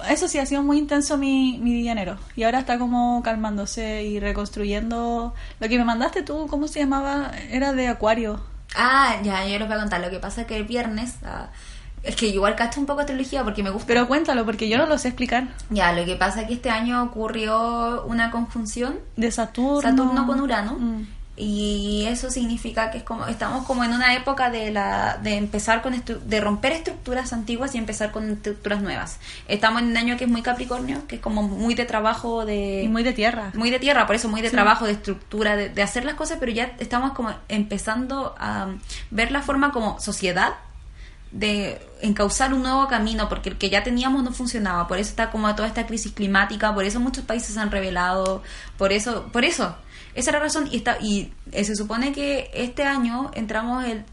Eso sí, ha sido muy intenso mi, mi día enero. Y ahora está como calmándose y reconstruyendo. Lo que me mandaste tú, ¿cómo se llamaba? Era de acuario. Ah, ya, yo les voy a contar. Lo que pasa es que el viernes... ah, es que igual cacho un poco astrología porque me gusta. Pero cuéntalo, porque yo no lo sé explicar. Ya, lo que pasa es que este año ocurrió una conjunción De Saturno. Saturno con Urano. Mm. Y eso significa que es como estamos como en una época de la de empezar con estru- de romper estructuras antiguas y empezar con estructuras nuevas. Estamos en un año que es muy Capricornio, que es como muy de trabajo de Y muy de tierra. muy de tierra, por eso muy de Sí. trabajo, de estructura, de, de hacer las cosas, pero ya estamos como empezando a ver la forma como sociedad de encauzar un nuevo camino, porque el que ya teníamos no funcionaba, por eso está como toda esta crisis climática, por eso muchos países se han revelado, por eso, por eso, esa es la razón, y, está, y eh, se supone que este año entramos el,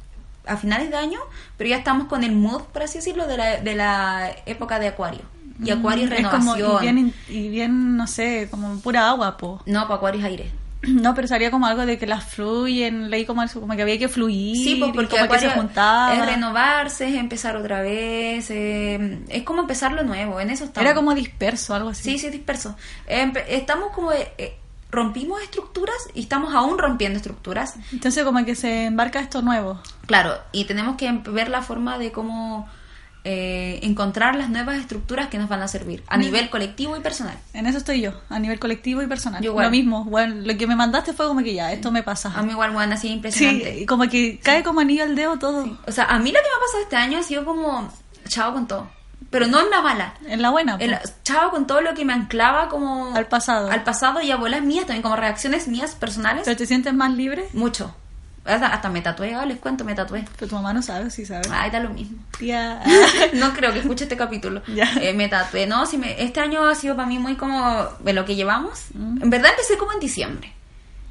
a finales de año, pero ya estamos con el mood, por así decirlo, de la, de la época de Acuario, y Acuario es Mm, Es como, renovación. y bien, in- y bien, no sé, como pura agua, po. no, pues Acuario es aire. (clears throat) No, pero salía como algo de que las fluyen, leí como, algo- como que había que fluir, Sí, pues, y porque como que se Acuario es juntaban. renovarse, es empezar otra vez, eh, es como empezar lo nuevo, en eso estamos. Era como disperso, algo así. Sí, sí, disperso. Empe- estamos como... eh, eh, rompimos estructuras y estamos aún rompiendo estructuras. Entonces como que se embarca esto nuevo. Claro, y tenemos que em- ver la forma de cómo eh, encontrar las nuevas estructuras que nos van a servir Mm. a nivel colectivo y personal. En eso estoy yo, a nivel colectivo y personal. Yo igual. Lo mismo, bueno, lo que me mandaste fue como que ya, esto me pasa. A mí igual, bueno, así es sí, impresionante. y como que cae como anillo al dedo todo. O sea, a mí lo que me ha pasado este año ha sido como... Chao con todo. Pero no en la mala. En la buena. po. El, chao con todo lo que me anclaba como Ah, pues. Al pasado. al pasado y a bolas mías también como reacciones mías personales Pero te sientes más libre. mucho hasta, hasta me tatué ah, les cuento me tatué Pero tu mamá no sabe, sí sabe. ay da lo mismo Tía. (laughs) no creo que escuche este capítulo Ya. Eh, me tatué no si me, este año ha sido para mí muy como de lo que llevamos Mm. en verdad empecé como en diciembre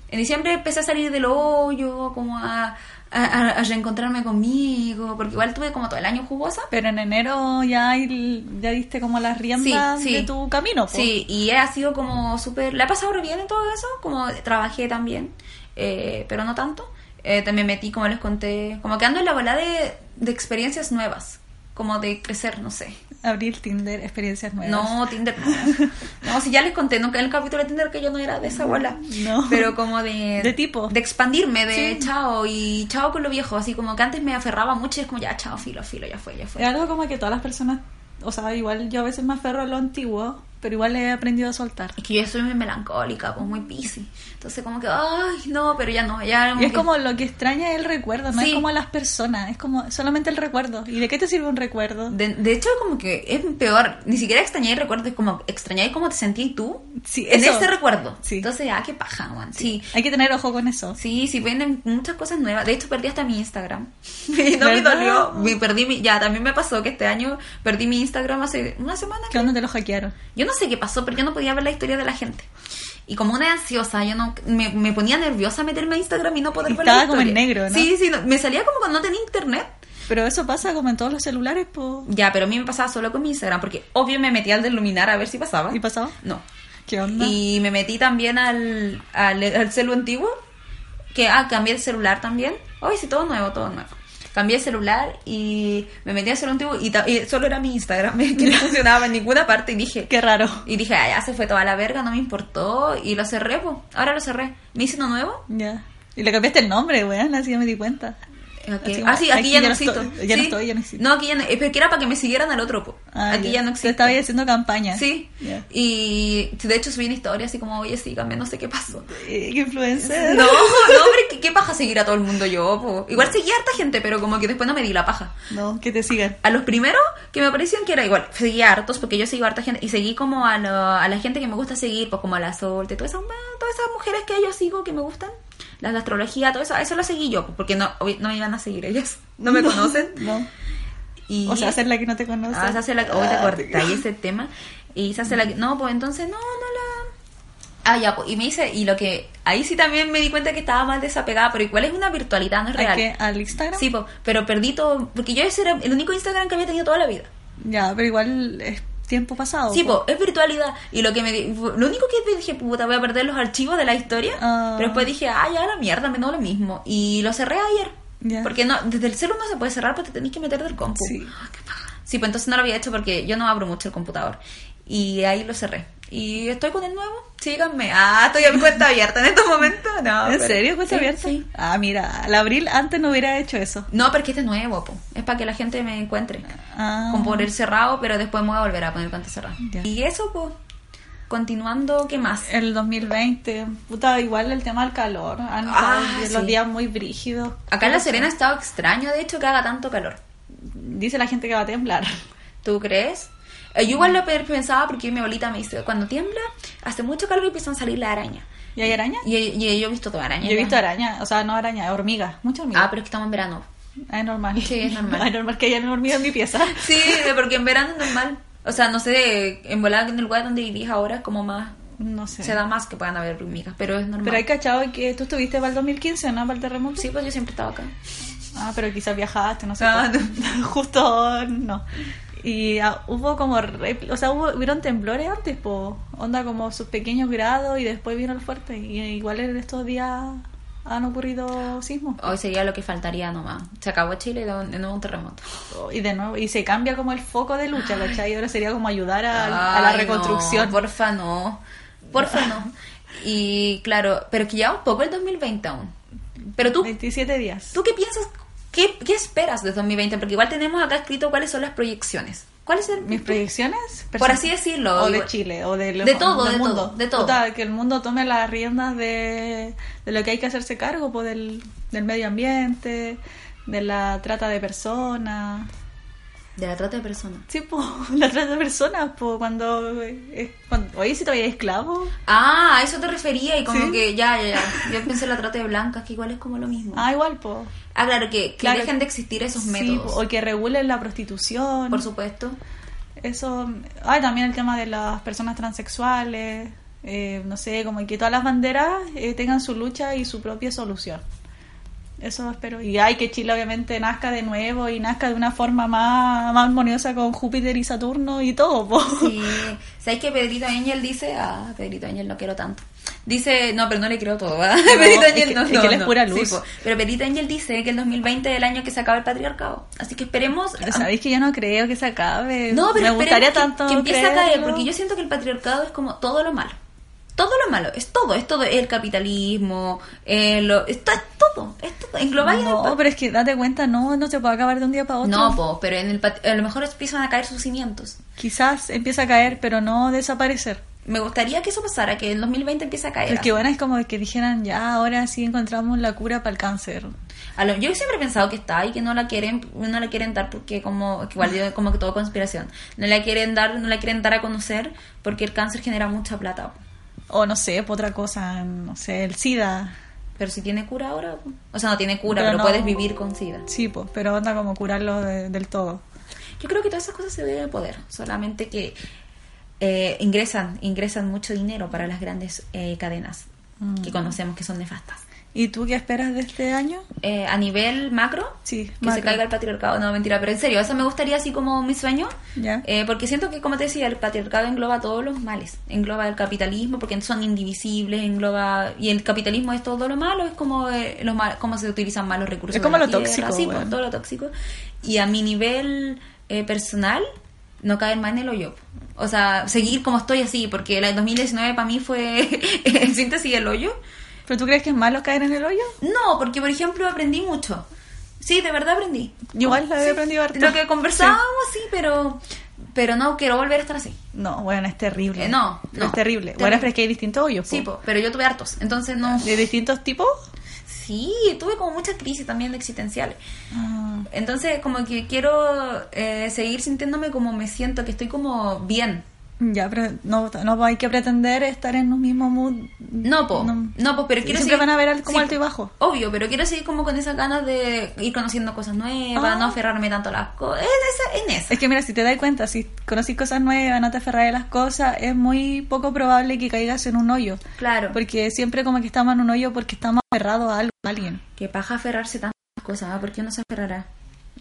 en diciembre empecé a salir del hoyo como a, a, a- a reencontrarme conmigo porque igual tuve como todo el año jugosa Pero en enero ya, hay- ya diste como las riendas de tu camino. pues. po. Sí, y ha sido como súper... La he pasado re bien en todo eso, como trabajé también, eh, pero no tanto. Eh, también metí, como les conté, como que ando en la bola de, de experiencias nuevas. como de crecer, no sé. Abrir Tinder, experiencias nuevas. No, Tinder (laughs) no. No, si ya les conté nunca en el capítulo de Tinder que yo no era de esa abuela. No. Pero como de... De tipo. De expandirme, de Sí. chao y chao con lo viejo. Así como que antes me aferraba mucho y es como ya chao, filo, filo, ya fue, ya fue. Es algo como que todas las personas, o sea, igual yo a veces me aferro a lo antiguo, pero igual he aprendido a soltar. Es que yo soy muy melancólica, pues muy piscis. Entonces como que, ay, no, pero ya no, ya... Y es que- como lo que extraña es el recuerdo, no Sí. es como las personas, es como solamente el recuerdo. ¿Y de qué te sirve un recuerdo? De, de hecho, como que es peor. Ni siquiera extrañáis recuerdos, es como extrañáis cómo te sentías tú Sí, en eso. ese recuerdo. Sí. Entonces, ah, qué paja, Juan. Sí. Hay que tener ojo con eso. Sí, sí, vienen muchas cosas nuevas. De hecho, perdí hasta mi Instagram. (laughs) Y no me ¿Verdad? dolió. Me perdí mi- ya, también me pasó que este año perdí mi Instagram hace una semana. ¿Qué onda te lo hackearon? Yo no sé qué pasó, pero yo no podía ver la historia de la gente. Y como una ansiosa, yo no me, me ponía nerviosa meterme a Instagram y no poder Y ver la estaba como historia. en negro, ¿no? Sí, sí, no- me salía como cuando no tenía internet. Pero eso pasa como en todos los celulares, po. Ya, pero a mí me pasaba solo con mi Instagram, porque obvio me metía al de Luminar a ver si pasaba. ¿Y pasaba? No. ¿Qué onda? ¿Ah? Y me metí también al, al, al celu antiguo, que ah, cambié el celular también. Hoy sí, todo nuevo, todo nuevo. Cambié el celular y me metí al celu antiguo y, ta- y solo era mi Instagram, (laughs) que no funcionaba en ninguna parte y dije... Qué raro. Y dije, ah, ya se fue toda la verga, no me importó y lo cerré, po. ahora lo cerré. Me hice uno nuevo. Ya. Y le cambiaste el nombre, weón, así ya me di cuenta. Ok. Así como, Ah, sí, aquí, ya, no existo. estoy- ya no Sí. estoy, ya no existo. No, aquí ya no. Es que era para que me siguieran al otro, po. Ah, aquí ya no Te existo. estaba haciendo campaña. Sí. Ya. Y de hecho subí una historia así como, oye, síganme, no sé qué pasó. Eh, ¿Qué No, influencer? no, (laughs) pero ¿qué, qué paja seguir a todo el mundo yo? po? Igual seguía harta gente, pero como que después no me di la paja. No, que te sigan. A los primeros que me aparecían que era igual, seguía hartos porque yo sigo harta gente y seguí como a, lo- a la gente que me gusta seguir, pues como a la Solte, todas esas, todas esas mujeres que yo sigo que me gustan, las de astrología, todo eso, a eso lo seguí yo, pues, porque no, obvi- no me iban a seguir ellas, (laughs) no me conocen. (laughs) No. Y O sea, hacer la que no te conoce. Ah, se hace la... Hoy te Ah, Mm. corta y ese tema. Y se hace la... No, pues entonces, no, no la... Ah, ya, pues, y me dice... Y lo que... Ahí sí también me di cuenta que estaba mal desapegada, pero igual es una virtualidad, no es ¿A real. qué? ¿Al Instagram? Sí, pues, pero perdí todo... Porque yo ese era el único Instagram que había tenido toda la vida. Ya, pero igual es tiempo pasado. Sí, Oh, po. pues, es virtualidad. Y lo que me... di- Lo único que dije, puta, voy a perder los archivos de la historia. Ah. Pero después dije, ah, ya, la mierda, me no lo mismo. Y lo cerré ayer. Ya. Porque no, desde el celular no se puede cerrar porque te tenés que meter del compu. Sí. Sí, pues entonces no lo había hecho porque yo no abro mucho el computador. Y ahí lo cerré. Y estoy con el nuevo. Síganme. Ah, estoy a mi cuenta abierta en estos momentos. No, ¿En pero- serio? ¿Cuenta Sí, abierta? sí. Ah, mira, al abril antes no hubiera hecho eso. No, porque este es nuevo, po. es para que la gente me encuentre. Ah. Con poner cerrado, pero después me voy a volver a poner cuenta cerrada. Ya. Y eso, pues, continuando, ¿qué más? El 2020, puta, igual el tema del calor. Han Ah, estado sí. los días muy brígidos. Acá en La Serena ha estado extraño, de hecho, que haga tanto calor. Dice la gente que va a temblar. ¿Tú crees? Eh, Yo igual lo pe- pensaba porque mi abuelita me dice, cuando tiembla, hace mucho calor y empiezan a salir la araña. ¿Y hay araña? Y, y yo he visto toda araña. Yo he ya. visto araña, o sea, no araña, hormiga, mucha hormiga. Ah, pero es que estamos en verano. Ah, es normal. Sí, es normal. Ah, (laughs) es normal que hayan hormiga en mi pieza. Sí, porque en verano es normal. O sea, no sé, en volada en el lugar donde vivís ahora es como más... No sé. Se da más que puedan haber hormigas, pero es normal. Pero hay cachado que tú estuviste para el 2015, ¿no? Para el terremoto. Sí, pues yo siempre estaba acá. Ah, pero quizás viajaste, no sé. Ah, pues. (laughs) Justo no. Y ah, hubo como. repl- O sea, hubo, hubieron temblores antes, po. Onda como sus pequeños grados y después vino el fuerte. Y igual en estos días han ocurrido sismos. Hoy sería lo que faltaría nomás. Se acabó Chile y de nuevo un terremoto. Oh, Y de nuevo, y se cambia como el foco de lucha, ¿cachai? Y ahora sería como ayudar a, a la Ay, reconstrucción. no, porfa no. Porfa no. Y claro, pero que ya un poco el 2020 aún. Pero tú, 27 días. ¿tú qué piensas? ¿Qué, qué esperas de 2020? Porque igual tenemos acá escrito cuáles son las proyecciones. ¿Cuáles son mis proyecciones Por así decirlo, o digo- de Chile o del De todo, del de mundo. todo, de todo. Puta, que el mundo tome las riendas de, de lo que hay que hacerse cargo po, del, del medio ambiente de la trata de personas De la trata de personas. sí po, (laughs) la trata de personas po, cuando, eh, cuando oye si todavía hay esclavos Ah, a eso te refería y como Sí. que ya, ya, ya. Yo pensé en la trata de blancas, que igual es como lo mismo. Ah, ah igual po. claro, que, que Claro. dejen de existir esos Sí, métodos. po, o que regulen la prostitución por supuesto. Eso, ay, también el tema de las personas transexuales, eh, no sé, como que todas las banderas eh, tengan su lucha y su propia solución. Eso espero. Y ay, que Chile obviamente nazca de nuevo y nazca de una forma más, más armoniosa con Júpiter y Saturno y todo. po. (laughs) Sí. ¿Sabes que Pedrito Angel dice? Ah, Pedrito Angel no quiero tanto. Dice, no, pero no le creo todo, (laughs) ¿verdad? No, Perito es Angel que- no, es que no, él es no. pura luz. po. pero Perito Angel dice que el 2020 es el año que se acaba el patriarcado. Así que esperemos... Sabéis que yo no creo que se acabe. No, pero me gustaría esperemos que- tanto que, empiece a caer, creerlo. porque yo siento que el patriarcado es como todo lo malo. Todo lo malo, es todo, es todo, el capitalismo, eh, lo, es, to- es todo, es todo, englobáis en el No, pa- pero es que date cuenta, no, no se puede acabar de un día para otro. No, po, pero en el pat- a lo mejor empiezan a caer sus cimientos. Quizás empieza a caer, pero no desaparecer. Me gustaría que eso pasara, que el 2020 empiece a caer. Porque bueno, es como que dijeran, ya, ahora sí encontramos la cura para el cáncer. A lo- yo siempre he pensado que está y que no la quieren no la quieren dar porque como que igual digo, como que todo conspiración no la quieren dar no la quieren dar a conocer porque el cáncer genera mucha plata O no sé, por otra cosa, no sé, el SIDA. pero si tiene cura ahora o sea no tiene cura Pero pero, no. puedes vivir con sida Sí, pues, pero onda como curarlo de- del todo. yo creo que todas esas cosas se deben al poder solamente que eh, ingresan ingresan mucho dinero para las grandes eh, cadenas Mm. que conocemos que son nefastas ¿Y tú qué esperas de este año? Eh, a nivel macro Sí, que se macro. caiga el patriarcado no mentira pero en serio eso me gustaría así como mi sueño Ya. Eh, porque siento que como te decía el patriarcado engloba todos los males engloba el capitalismo porque son indivisibles engloba y el capitalismo es todo lo malo es como eh, lo mal- cómo se utilizan malos recursos Es como de la lo tierra, tóxico, sí, pues, weón. todo lo tóxico y a mi nivel eh, personal no caer más en el hoyo o sea seguir como estoy así porque la 2019 para mí fue (laughs) en síntesis el hoyo ¿Pero tú crees que es malo caer en el hoyo? no, porque por ejemplo aprendí mucho. Sí, de verdad aprendí. Igual la Sí. he aprendido harto. Lo que conversábamos, sí, pero pero no quiero volver a estar así. No, bueno, es terrible. Eh, no, Pero no. Es terrible. Terrible. Bueno, pero es que hay distintos hoyos. Sí, po. po, pero yo tuve hartos, entonces no. ¿De distintos tipos? Sí, tuve como muchas crisis también existenciales. Ah, Entonces, como que quiero eh, seguir sintiéndome como me siento, que estoy como bien. ya, pero no, no hay que pretender estar en un mismo mood. No, po. No, po, pero quiero Siempre seguir- van a ver al- como Sí, alto y bajo. Obvio, pero quiero seguir como con esas ganas de ir conociendo cosas nuevas, Ah. no aferrarme tanto a las cosas. En esa, en esa. Es que mira, si te das cuenta, si conocís cosas nuevas, no te aferras a las cosas, es muy poco probable que caigas en un hoyo. Claro. Porque siempre como que estamos en un hoyo porque estamos aferrados a algo, a alguien. Que paja aferrarse tantas cosas, ¿ah? ¿por qué uno se aferrará?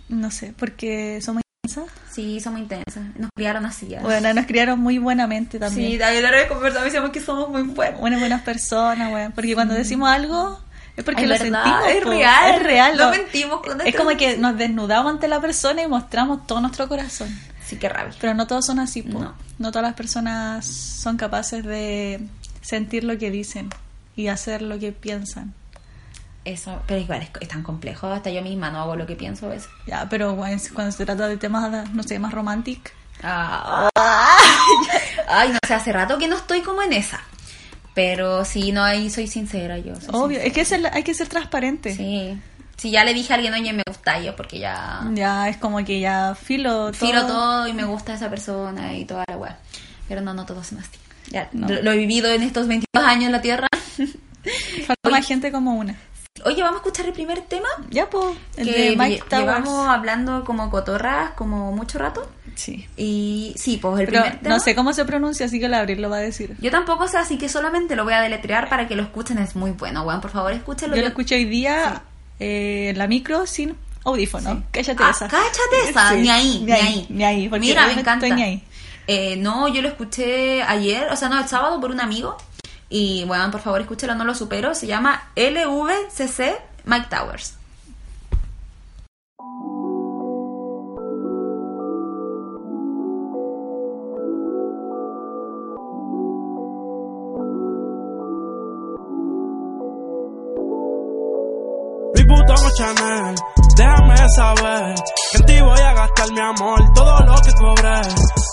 No sé, porque somos intensas. Sí, somos intensas. Nos criaron así. ¿ah? Bueno, nos criaron muy buenamente también. sí, a lo largo de conversar decíamos que somos muy buenos. buenas, buenas personas, weón. Porque cuando decimos algo es porque Es lo verdad, sentimos. es po. real, Es real. no lo- mentimos este cuando Es estamos como que nos desnudamos ante la persona y mostramos todo nuestro corazón. Sí, qué rabia. Pero no todos son así, po. No. No. todas las personas son capaces de sentir lo que dicen y hacer lo que piensan. Eso, pero igual es, es tan complejo. Hasta yo misma no hago lo que pienso a veces. Ya, pero weón, cuando se trata de temas, no sé, más románticos. Ah, Ay, no sé, hace rato que no estoy como en esa. Pero sí, no, ahí soy sincera yo. soy Obvio, es que es el- hay que ser transparente. sincera. Sí. Si ya le dije a alguien, oye, me gusta yo, porque ya. Ya, es como que ya filo todo. Filo todo y me gusta esa persona y toda la weá. Pero no, no todo se mastica. Ya, No. lo, lo he vivido en estos 22 años en la Tierra. Falta más gente como una. Oye, vamos a escuchar el primer tema. Ya, po. El que de Mike lle- Towers. llevamos hablando como cotorras como mucho rato. Sí. Y sí, pues el Pero primer tema. no sé cómo se pronuncia, así que el Abril lo va a decir. Yo tampoco sé, así que solamente lo voy a deletrear para que lo escuchen. Es muy bueno, weón. Por favor, escúchenlo. Yo lo escuché hoy día eh, en la micro sin audífono. Cállate Ah, esa. (laughs) cállate esa. Sí, Ni ahí, ni ahí. Ni ahí, porque Mira, me realmente encanta. estoy ni ahí. Eh, no, yo lo escuché ayer, o sea, no, el sábado por un amigo. Y bueno, por favor, escúchelo, no lo supero. Se llama LVCC Mike Towers. Mi puto Chanel, déjame saber que en ti voy a gastar mi amor, todo lo que cobré.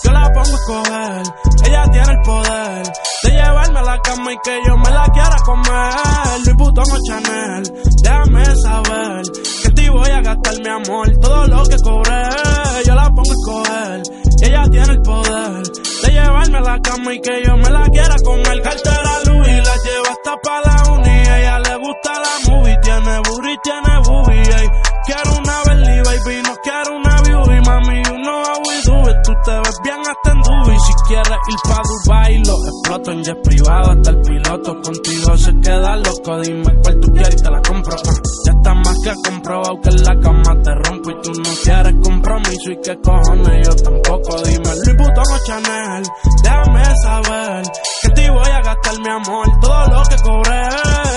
Yo la pongo a escoger, ella tiene el poder de llevarme a la cama y que yo me la quiera comer. Mi puto Chanel, déjame saber que en ti voy a gastar mi amor, todo lo que cobré. Yo la pongo a escoger, ella tiene el poder de llevarme a la cama y que yo me la quiera comer. Cartera Louis la lleva hasta pa' la uni, ella le gusta la movie, tiene booty, tiene booby, ey. Quiero una Bentley, baby, no quiero una beauty, mami, you know how we do it. Tú te ves bien hasta en Dubai, si quieres ir pa' Dubai, lo exploto en jet privado hasta el piloto. Contigo se queda loco, dime cuál tú quieres y te la compro. ah. Ya está más que comprobado que en la cama te rompo y tú no quieres compromiso y que cojones yo tampoco. Dime Louis Vuitton o Chanel, déjame saber que en ti voy a gastar mi amor, todo lo cobré,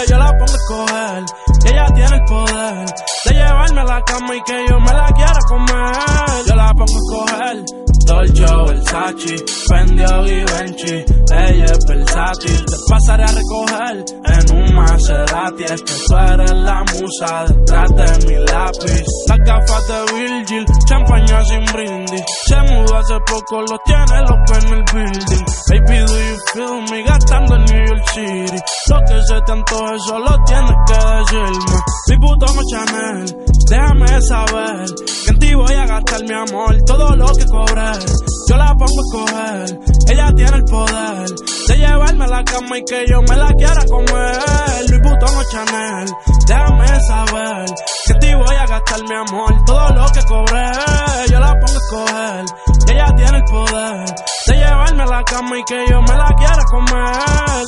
yo la pongo a escoger. Y ella tiene el poder de llevarme a la cama y que yo me la quiera comer. Yo la pongo a escoger. Dolce o Versace, Fendi o Givenchy, ella es versátil. Te pasaré a recoger en un Maserati. Es que tú eres la musa detrás de mi lápiz. Las gafas de Virgil, champaña sin brindis. Se mudó hace poco, los tiene loco en el building. Baby, do you feel me? Gastando en New York City. Lo que se te antoje solo tienes que decirme. Mi puto amo Chanel, déjame saber que en ti voy a gastar mi amor. Todo lo que cobré, yo la pongo a escoger. Ella tiene el poder de llevarme a la cama y que yo me la quiera comer. Luis Butón o Chanel, déjame saber que en ti voy a gastar mi amor. Todo lo que cobré, yo la pongo a escoger. Ella tiene el poder de llevarme a la cama y que yo me la quiera comer.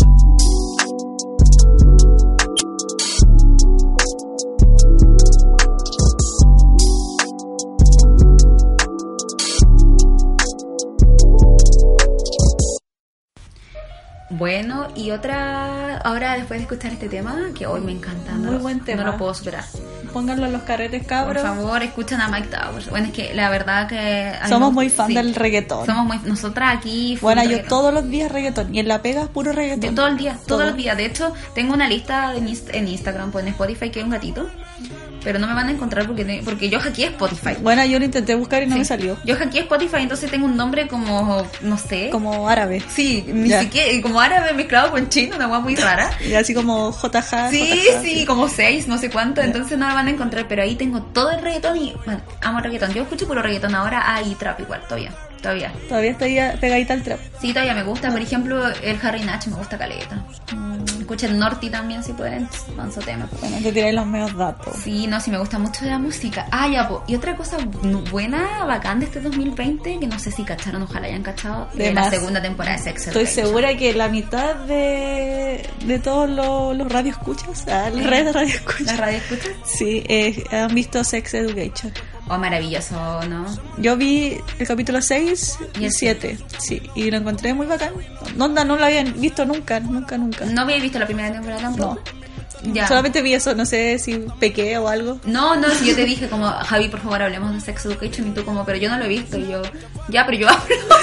Bueno, y otra, ahora después de escuchar este tema, que hoy me encanta, no, Muy lo- buen tema. no lo puedo superar. Pónganlo en los carretes, Por cabros. favor, escuchen a Mike Towers. Bueno, es que la verdad que... a mí Somos me- muy fan sí. del reggaetón. Somos muy... Nosotras aquí... full bueno, yo reggaetón. todos los días reggaetón. Y en la pega puro reggaetón. Yo todo el día, todos Todo. los días. De hecho, tengo una lista en, Inst- en Instagram, pues en Spotify que hay un gatito. Pero no me van a encontrar porque, te- porque yo hackeé Spotify. Bueno, yo lo intenté buscar y no Sí. me salió. Yo hackeé Spotify, entonces tengo un nombre como, no sé. Como árabe. Sí, ni Ya. siquiera, como árabe mezclado con chino, una hueá (laughs) muy rara. Y así como JJ. Sí, JJ. sí, como seis, no sé cuánto, entonces no me van a encontrar, pero ahí tengo todo el reggaetón y, bueno, amo el reggaetón. Yo escucho puro reggaetón ahora, hay trap igual, todavía, todavía. Todavía estoy pegadita al trap. Sí, todavía me gusta, por ejemplo, el Harry Natch me gusta caleta. Mm. Escuchen Norty también, si pueden, manso tema. Bueno, te tiré los medios datos. Sí, no, sí, me gusta mucho la música. Ah, ya, po. y otra cosa bu- buena, bacán de este 2020, que no sé si cacharon, ojalá hayan cachado, de, De la más. segunda temporada de Sex Estoy Education. segura que la mitad de, de todos los, los radioescuchas, ah, las redes de radioescuchas, ¿La radio escucha? sí, eh, han visto Sex Education. Oh, maravilloso, ¿no? Yo vi el capítulo 6 Y y el 7, sí, y lo encontré muy bacán. No, no, no lo habían visto nunca, nunca, nunca. No había visto la primera temporada tampoco. Ya. Solamente vi eso, no sé si pequé o algo. No, no, si yo te dije como, Javi, por favor, hablemos de Sex Education, y tú como, pero yo no lo he visto, y yo, ya, pero yo hablo. (laughs)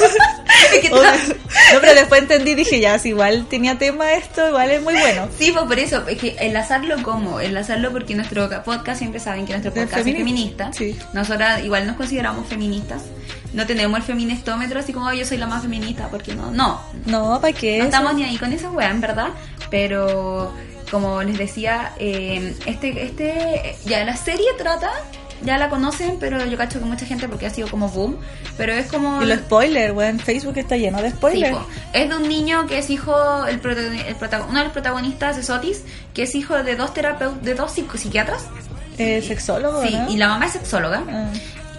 Es que tú- No, pero después entendí y dije, ya, si igual tenía tema esto, igual es muy bueno. Sí, pues por eso, es que enlazarlo como, enlazarlo porque nuestro podcast, siempre saben que nuestro Del podcast es feminista. feminista, sí. Nosotras igual nos consideramos feministas. No tenemos el feministómetro así como "Ay, yo soy la más feminista, porque no, no, No, ¿para qué? no estamos ni ahí con esa weá, en verdad. Pero como les decía, eh, este, este, ya la serie trata, ya la conocen, pero yo cacho que mucha gente porque ha sido como boom, pero es como Y los spoilers, weón, Facebook está lleno de spoilers. Sí, po. es de un niño que es hijo, el protagoni- el protago- uno de los protagonistas es Otis, que es hijo de dos terapeutas, de dos psico- psiquiatras. Eh, sexólogo, Sí, ¿no? y la mamá es sexóloga. Ah.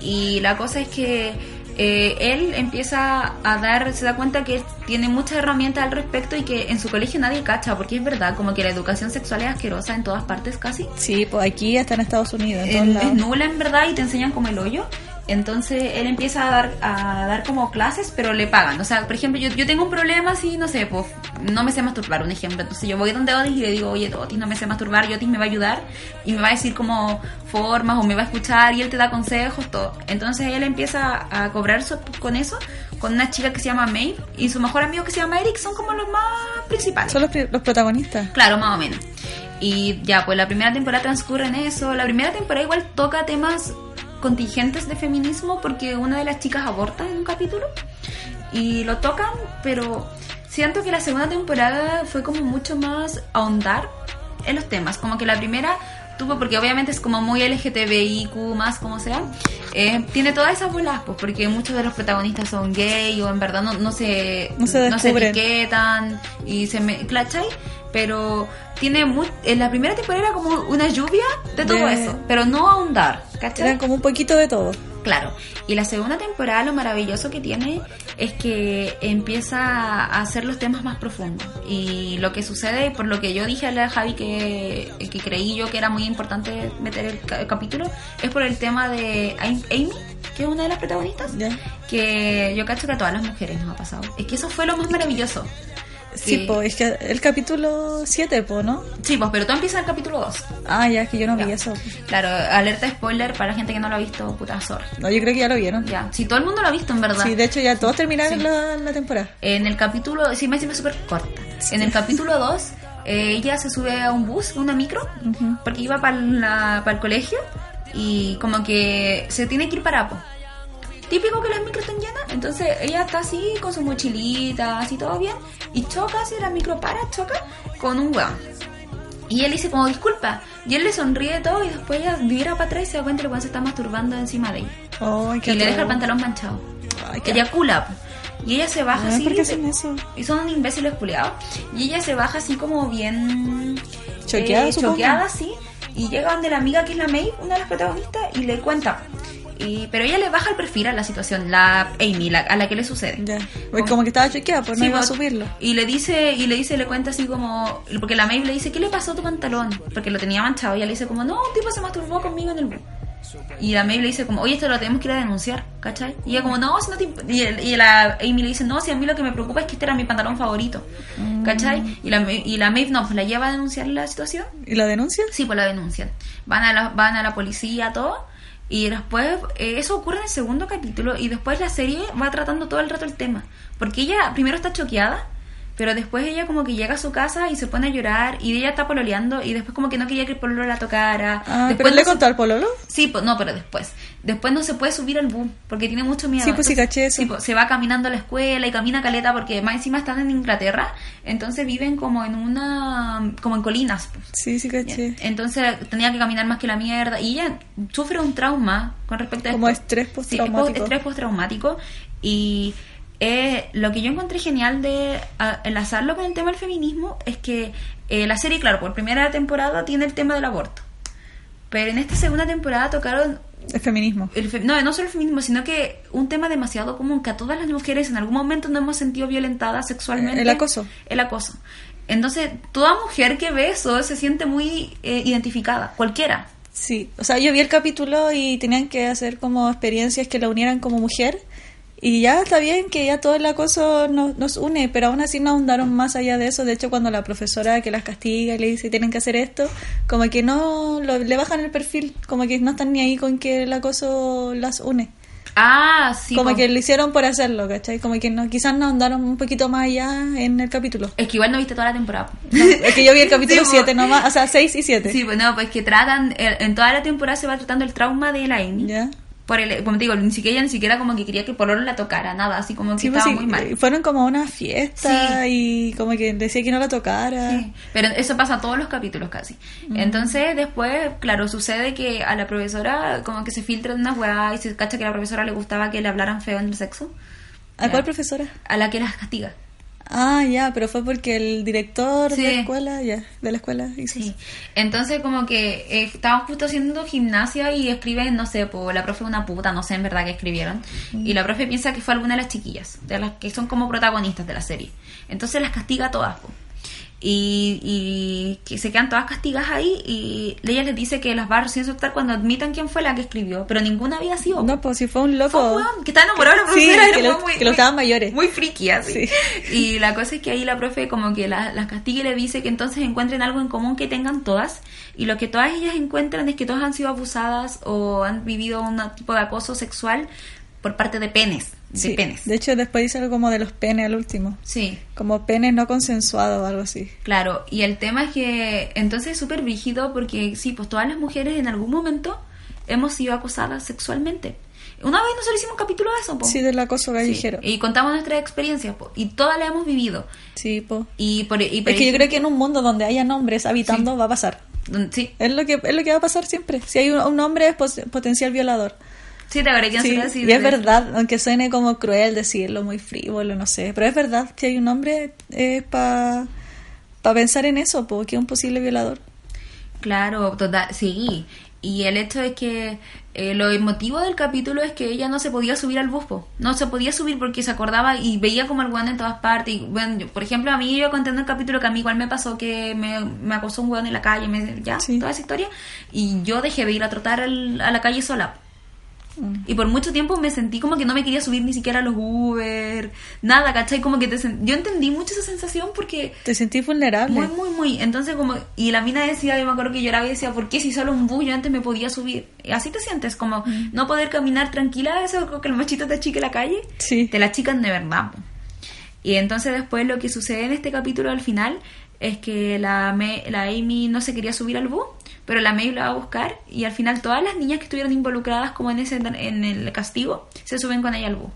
Y la cosa es que eh, él empieza a dar, se da cuenta que tiene muchas herramientas al respecto y que en su colegio nadie cacha, porque es verdad, como que la educación sexual es asquerosa en todas partes casi. Sí, pues aquí hasta en Estados Unidos, en todos en- es lados. nula en verdad y te enseñan como el hoyo. Entonces él empieza a dar, a dar como clases, pero le pagan. O sea, por ejemplo, yo, yo tengo un problema si, no sé, pues no me sé masturbar, un ejemplo. Entonces yo voy donde Otis y le digo, oye, Otis, no me sé masturbar, y Otis me va a ayudar y me va a decir como formas o me va a escuchar y él te da consejos, todo. Entonces él empieza a cobrar so- con eso, con una chica que se llama May y su mejor amigo que se llama Eric, son como los más principales. Son los, pri- los protagonistas. Claro, más o menos. Y ya, pues la primera temporada transcurre en eso. La primera temporada igual toca temas contingentes de feminismo porque una de las chicas aborta en un capítulo y lo tocan, pero siento que la segunda temporada fue como mucho más ahondar en los temas. Como que la primera tuvo, porque obviamente es como muy LGTBIQ, más como sea, eh, tiene todas esas bolas, pues porque muchos de los protagonistas son gay o en verdad no, no se, No se descubren. etiquetan y se me. ¿Clachai? Pero tiene mu- en la primera temporada era como una lluvia de todo De- eso, pero no ahondar, ¿cachai? Eran como un poquito de todo. Claro, y la segunda temporada lo maravilloso que tiene es que empieza a hacer los temas más profundos. Y lo que sucede, por lo que yo dije a la Javi que, que creí yo que era muy importante meter el, ca- el capítulo, es por el tema de Am- Amy, que es una de las protagonistas, ¿ya? que yo cacho que a todas las mujeres nos ha pasado. Es que eso fue lo más maravilloso. Sí, Sí. pues es que el capítulo 7, pues, ¿no? Sí, pues, pero tú empiezas el capítulo 2. Ah, ya, es que yo no Ya. vi eso. Claro, alerta spoiler para la gente que no lo ha visto, puta zorra. No, yo creo que ya lo vieron. Ya, si todo el mundo lo ha visto, en verdad. Sí, de hecho ya todos terminaron Sí. la, la temporada. En el capítulo, sí, me encima es súper corta. En el capítulo 2, ella se sube a un bus, una micro, porque iba para el colegio y como que se tiene que ir para Apo. Típico que las micros están llenas, entonces ella está así con su mochilita, así todo bien, y choca, así la micro para, choca con un weón. Y él dice como disculpa, y él le sonríe todo y después ella vira para atrás y se da cuenta que el weón se está masturbando encima de ella. Ay, qué y le deja el atroz. pantalón manchado. Ay, qué Ella cula. po. Y ella se baja Ay, así. ¿por qué de- hacen eso? Y son imbéciles culiados. Y ella se baja así como bien. eh, Choqueada, supongo. choqueada, sí. Y llega donde la amiga que es la May, una de las protagonistas, y le cuenta. Y, pero ella le baja el perfil a la situación, la Amy, la- a la que le sucede. Ya. Pues como que estaba choqueada, pues no Sí, iba a pues, subirlo. Y le dice, y le dice, le cuenta así como, porque la Maeve le dice, ¿qué le pasó a tu pantalón? Porque lo tenía manchado. Y ella le dice como, no, un tipo se masturbó conmigo en el bus. Y la Maeve le dice como, oye, esto lo tenemos que ir a denunciar, ¿cachai? Y ella como, no, si no te imp-". y, el- y la Amy le dice, no, si a mí lo que me preocupa es que este era mi pantalón favorito, Mm. ¿cachai? Y la, Ma- y la Maeve no, pues la lleva a denunciar la situación. ¿Y la denuncia? Sí, pues la denuncian. Van a la, van a la policía, todo. Y después, eh, eso ocurre en el segundo capítulo. Y después la serie va tratando todo el rato el tema. Porque ella primero está choqueada. Pero después ella como que llega a su casa y se pone a llorar. Y ella está pololeando. Y después como que no quería que el pololo la tocara. Ah, después ¿Pero no le se- contó al pololo? Sí, pues no, pero después. Después no se puede subir al boom porque tiene mucho miedo. Sí, pues sí, Entonces, caché eso. sí, pues, se va caminando a la escuela y camina caleta porque más encima están en Inglaterra. Entonces viven como en una... como en colinas. pues. Sí, sí, caché. Entonces tenía que caminar más que la mierda. Y ella sufre un trauma con respecto a Como esto. estrés Sí, postraumático. po- estrés postraumático. Y eh, lo que yo encontré genial de a- enlazarlo con el tema del feminismo es que eh, la serie, claro, por primera temporada tiene el tema del aborto. Pero en esta segunda temporada tocaron Es feminismo. el fe- no, no solo el feminismo, sino que un tema demasiado común, que a todas las mujeres en algún momento nos hemos sentido violentadas sexualmente. El acoso. El acoso. Entonces, toda mujer que ve eso se siente muy eh, identificada, cualquiera. Sí, o sea, yo vi el capítulo y tenían que hacer como experiencias que la unieran como mujer. Y ya está bien que ya todo el acoso nos, nos une, pero aún así no ahondaron más allá de eso. De hecho, cuando la profesora que las castiga y le dice tienen que hacer esto, como que no lo- le bajan el perfil, como que no están ni ahí con que el acoso las une. Ah, sí. como po. que lo hicieron por hacerlo, ¿cachai? Como que no, quizás no ahondaron un poquito más allá en el capítulo. Es que igual no viste toda la temporada. (laughs) po. es que yo vi el capítulo Sí, po. 7 nomás, o sea, 6 y 7. Sí, bueno, pues que tratan, eh, en toda la temporada se va tratando el trauma de la Amy. ¿Ya? Por el, como te digo, ni siquiera, ella ni siquiera como que quería que Pololo la tocara, nada, así como que Sí, pues estaba sí, muy mal. Fueron como a una fiesta y como que decía que no la tocara. Sí, pero eso pasa todos los capítulos casi. Entonces, después, claro, sucede que a la profesora como que se filtra de una weá y se cacha que a la profesora le gustaba que le hablaran feo en el sexo, ¿A cuál Ya. profesora? a la que las castiga. Ah, ya, pero fue porque el director Sí. de la escuela, ya, de la escuela hizo Sí. eso. Entonces, como que eh, estaban justo haciendo gimnasia y escriben, no sé, po, la profe es una puta, no sé en verdad que escribieron. Y la profe piensa que fue alguna de las chiquillas, de las que son como protagonistas de la serie. Entonces las castiga a todas, po. Y, y que se quedan todas castigadas ahí y ella les dice que las va a recién soltar cuando admitan quién fue la que escribió, pero ninguna había sido. No, pues si fue un loco. Oh. Fue un weón que estaba enamorado de la Sí, profesora, era que un lo- weón muy- que lo muy- estaban mayores. Muy friki, así. Sí. Y la cosa es que ahí la profe como que la- las castiga y le dice que entonces encuentren algo en común que tengan todas. Y lo que todas ellas encuentran es que todas han sido abusadas o han vivido un tipo de acoso sexual por parte de penes. De Sí. penes. De hecho, después dice algo como de los penes al último. Sí. Como penes no consensuados o algo así. Claro, y el tema es que entonces es súper rígido porque sí, pues todas las mujeres en algún momento hemos sido acosadas sexualmente. Una vez nosotros hicimos un capítulo de eso, po. Sí, del acoso Oh. Sí, callejero. Sí, Y contamos nuestras experiencias po, y todas las hemos vivido. po. Y por, y por Es que yo creo que en un mundo donde haya nombres habitando va a pasar. Mm, Sí, Es lo que es lo que va a pasar siempre. Si hay un, un hombre es pos- potencial violador. Ah, sí, te agregué Sí, así. y es verdad, aunque suene como cruel decirlo, muy frívolo, no sé, pero es verdad, si hay un hombre es para pensar en eso, porque es un posible violador. Claro, total, sí. Y el hecho es que eh, lo emotivo del capítulo es que ella no se podía subir al bus, po. no se podía subir porque se acordaba y veía como el weón en todas partes. Y, bueno, yo- por ejemplo, a mí yo contando el capítulo que a mí igual me pasó que me, me acosó un weón en la calle, me, ya, Sí. toda esa historia. Y yo dejé de ir a trotar al- a la calle sola. Y por mucho tiempo me sentí como que no me quería subir ni siquiera a los Uber, nada, ¿cachai? Como que te sen- yo entendí mucho esa sensación porque Te sentí vulnerable. muy, muy, muy. Entonces, como, y la mina decía, yo me acuerdo que lloraba y decía, ¿por qué si solo un bullo antes me podía subir? Y así te sientes, como no poder caminar tranquila, eso como que el machito te achique la calle. Sí. Te la achican de verdad. po. Y entonces, después lo que sucede en este capítulo al final es que la, Me- la Amy no se quería subir al bus, pero la May la va a buscar y al final todas las niñas que estuvieron involucradas como en ese en el castigo se suben con ella al bus.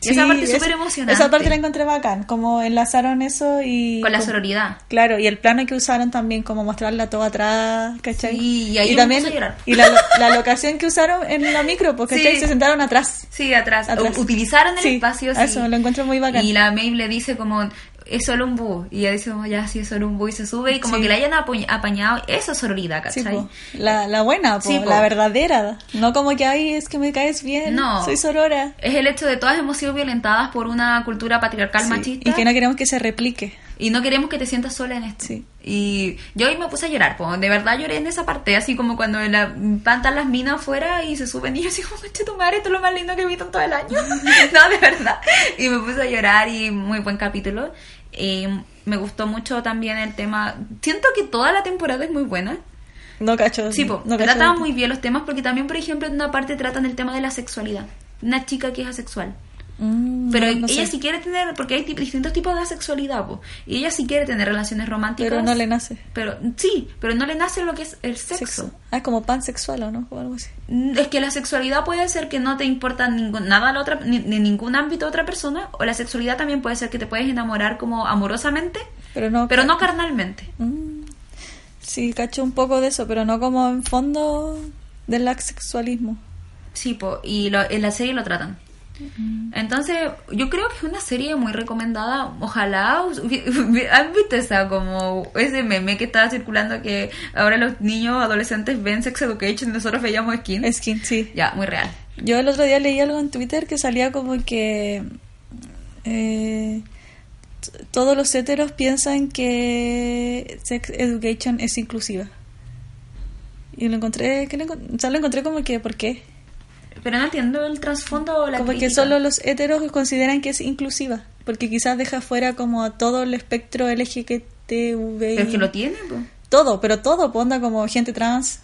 Y esa Sí, parte es esa- súper emocionante. Esa parte la encontré bacán, como enlazaron eso y... con la como- sororidad. Claro, y el plano que usaron también, como mostrarla todo atrás, ¿cachai? Sí, y ahí yo me también puse a llorar. y la, lo- la locación que usaron en la micro, porque Sí. se sentaron atrás. Sí, atrás. Atrás. U- Utilizaron el Sí, espacio. eso, sí. lo encuentro muy bacán. Y la Maeve le dice como, es solo un bus. Y ella dice, "Oh, ya, sí, es solo un bus. Y se sube y como Sí. que la hayan apu- apañado. Eso es sororidad, Sí, ¿cachai? po. la, la buena, po, Sí, pues. po. la verdadera. No como que, ay, es que me caes bien, No. soy sorora. Es el hecho de todas hemos sido violentadas por una cultura patriarcal Sí, machista. Y que no queremos que se replique. Y no queremos que te sientas sola en esto. Sí. Y yo ahí me puse a llorar, po. de verdad lloré en esa parte, así como cuando la, plantan las minas afuera y se suben y yo así como, "Conche tu madre, esto es lo más lindo que he visto en todo el año. (laughs) no, de verdad. Y me puse a llorar y muy buen capítulo. Y me gustó mucho también el tema, siento que toda la temporada es muy buena. No cacho. Sí, pues, po, no cacho trataban de- muy bien los temas porque también, por ejemplo, en una parte tratan el tema de la sexualidad. Una chica que es asexual. Mm, Pero no ella sé. sí quiere tener, porque hay ti- distintos tipos de sexualidad, po. y ella sí quiere tener relaciones románticas. Pero no le nace. Pero sí, pero no le nace lo que es el sexo. Ah, es como pansexual o no, o algo así. Mm, Es que la sexualidad puede ser que no te importa ningún, nada a la otra, ni, ni ningún ámbito a otra persona, o la sexualidad también puede ser que te puedes enamorar como amorosamente, Pero no. pero no carnalmente. Mm, sí, cacho un poco de eso, pero no como en fondo del asexualismo. Sí, po, y lo- en la serie lo tratan. Entonces, yo creo que es una serie muy recomendada. Ojalá. us- (laughs) hubi- hubi- ¿Han visto esa, como ese meme que estaba circulando que ahora los niños adolescentes ven Sex Education y nosotros veíamos Skin? Skin, sí. Ya, muy real. Yo el otro día leí algo en Twitter que salía como que eh, t- todos los heteros piensan que sex education es inclusiva. Y lo encontré, que lo, encon- o sea, lo encontré como que, ¿por qué? Pero no entiendo el trasfondo o la como que crítica. solo los heteros consideran que es inclusiva, porque quizás deja fuera como a todo el espectro LGBTVI. Pero es que lo tienen, po. Todo, pero todo, ponda como gente trans.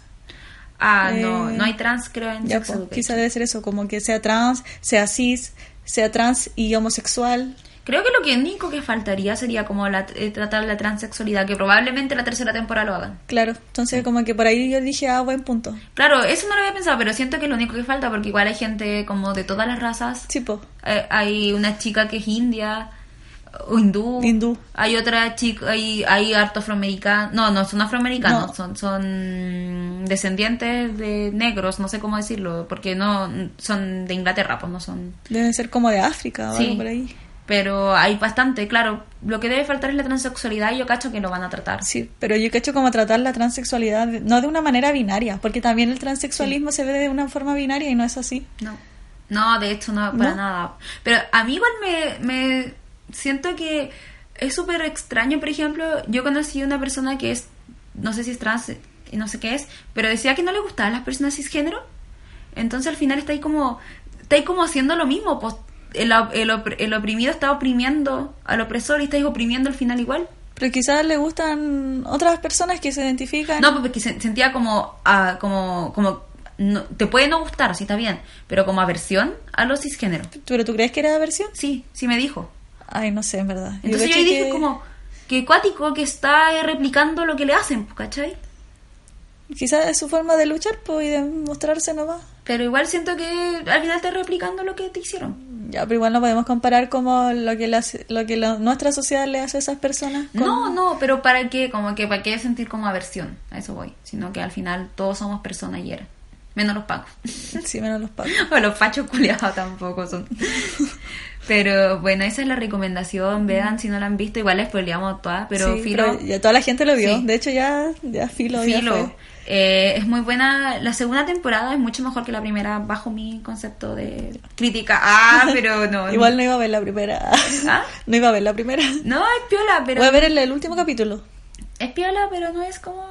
Ah, no, Eh, no hay trans, creo, en Ya, Sex po, Education. quizá debe ser eso, como que sea trans, sea cis, sea trans y homosexual. Creo que lo que único que faltaría sería como la, eh, tratar la transexualidad, que probablemente la tercera temporada lo hagan. Claro, entonces como que por ahí yo dije, ah, buen punto. Claro, eso no lo había pensado, pero siento que es lo único que falta, porque igual hay gente como de todas las razas. Sí, po. Eh, hay una chica que es india o hindú. Hindú. Hay otra chica, hay, hay harto afroamericano. No, no, son afroamericanos, No. son, son descendientes de negros, no sé cómo decirlo, porque no son de Inglaterra, pues no son. Deben ser como de África o Sí. algo Ah, por ahí. Pero hay bastante, claro. Lo que debe faltar es la transexualidad y yo cacho que lo van a tratar. Sí, pero yo cacho como tratar la transexualidad, de- no de una manera binaria, porque también el transexualismo se ve de una forma binaria y no es así. No. No, de hecho, no, para ¿No? nada. Pero a mí igual me, me siento que es súper extraño. Por ejemplo, yo conocí a una persona que es, no sé si es trans y no sé qué es, pero decía que no le gustaban las personas cisgénero. Entonces al final está ahí como, está ahí como haciendo lo mismo. Pues, el, op- el, op- el oprimido está oprimiendo al opresor y está ahí oprimiendo al final igual. Pero quizás le gustan otras personas que se identifican. No, pues, porque se- sentía como, ah, como, como, no- te puede no gustar, sí está bien, pero como aversión a los cisgénero. ¿Pero tú crees que era versión? Sí, sí me dijo. Ay, no sé, en verdad. Yo Entonces yo cacho ahí dije que- como que cuático que está eh, replicando lo que le hacen, pues, ¿cachai? Quizás es su forma de luchar pues, y de mostrarse nomás. Pero igual siento que al final está replicando lo que te hicieron. Ya, pero igual no podemos comparar como lo que, las- lo que la- nuestra sociedad le hace a esas (laughs) personas. con- No, no, pero para qué, como que para qué sentir como aversión, a eso voy, sino que al final todos somos personas y era. Menos los pacos. (laughs) Sí, menos los pagos. o los pachos culiados tampoco son. (laughs) pero bueno, esa es la recomendación, vean si no la han visto, igual les spoileamos todas, pero Mm. Sí, filo. pero ya toda la gente lo vio. Sí. De hecho, ya, ya filo. ya Filo. fue. Eh, es muy buena. La segunda temporada es mucho mejor que la primera, bajo mi concepto de crítica. Ah, (laughs) pero no. Igual no iba a ver la primera. (laughs) ¿Ah? No iba a ver la primera. No, es piola, pero. Voy a ver el, el último capítulo. Es piola, pero no es como.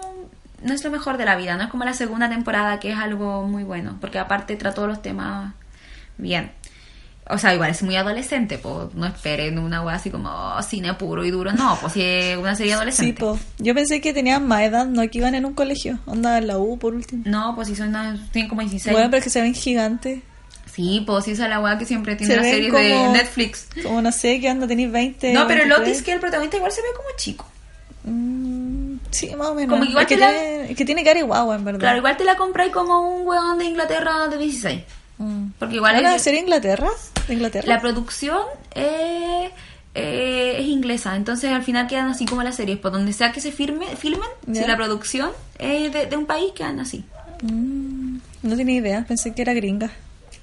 no es lo mejor de la vida, no es como la segunda temporada que es algo muy bueno, porque aparte trató los temas bien. O sea, igual es muy adolescente, pues no esperen una wea así como oh, cine puro y duro, no, pues si es una serie Sí, adolescente. po. Oh, Yo pensé que tenían más edad, no que iban en un colegio. Onda en la U, por último. no, pues si son una- tienen como 16. Bueno, pero es que se ven gigantes. Sí, pues si esa es la wea que siempre tiene Se las ven series de como- Netflix. Como no sé, ¿qué onda? Tenéis 20. No, pero Lotis, 23. que el protagonista igual se ve como chico. Mm, sí, más o menos. Como que igual Es que, te la- tiene, es que tiene cara de guagua, en verdad. Claro, igual te la compráis como un weón de Inglaterra de 16. Mm. Porque igual ¿Van a es- ser Inglaterra? ¿De Inglaterra? La producción eh, eh, es inglesa, entonces al final quedan así como las series, por donde sea que se firme, filmen, Ya. si la producción es de, de un país, quedan así. Mm, no tenía idea, pensé que era gringa.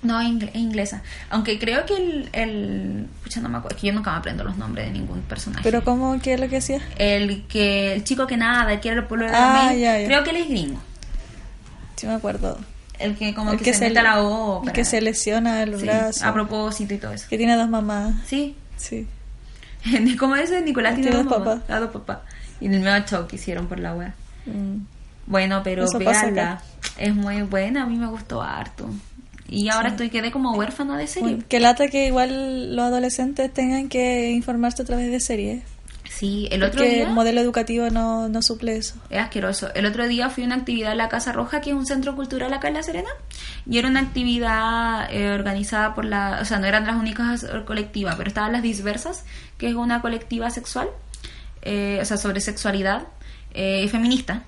No, es ingle- es inglesa. Aunque creo que el, el... Pucha, no me acuerdo, es que yo nunca me aprendo los nombres de ningún personaje. Pero ¿cómo? ¿Qué es lo que hacía? el que el chico que nada, el que era el pueblo de Ah, May, ya, ya. creo que él es gringo. Sí me acuerdo. El que como El que, se, mete a la ópera. el que se lesiona el Sí, brazo. a propósito y todo eso. Que tiene dos mamás. Sí, (laughs) Sí. como ese Nicolás tiene Tiene dos dos mamás, papás. a dos papás. Y el nuevo show que hicieron por la web. Mm. Bueno, pero Eso pasa véanla. acá. Es muy buena, a mí me gustó harto. Y ahora estoy quedé como huérfana de serie. Bueno, que Mm. lata que igual los adolescentes tengan que informarse a través de series. Sí, el otro Porque día el modelo educativo no, no suple eso. es asqueroso. El otro día fui a una actividad en la Casa Roja, que es un centro cultural acá en La Serena, y era una actividad eh, organizada por la, o sea, no eran las únicas eh, colectivas, pero estaban las disversas, que es una colectiva sexual, eh, o sea, sobre sexualidad eh, y feminista.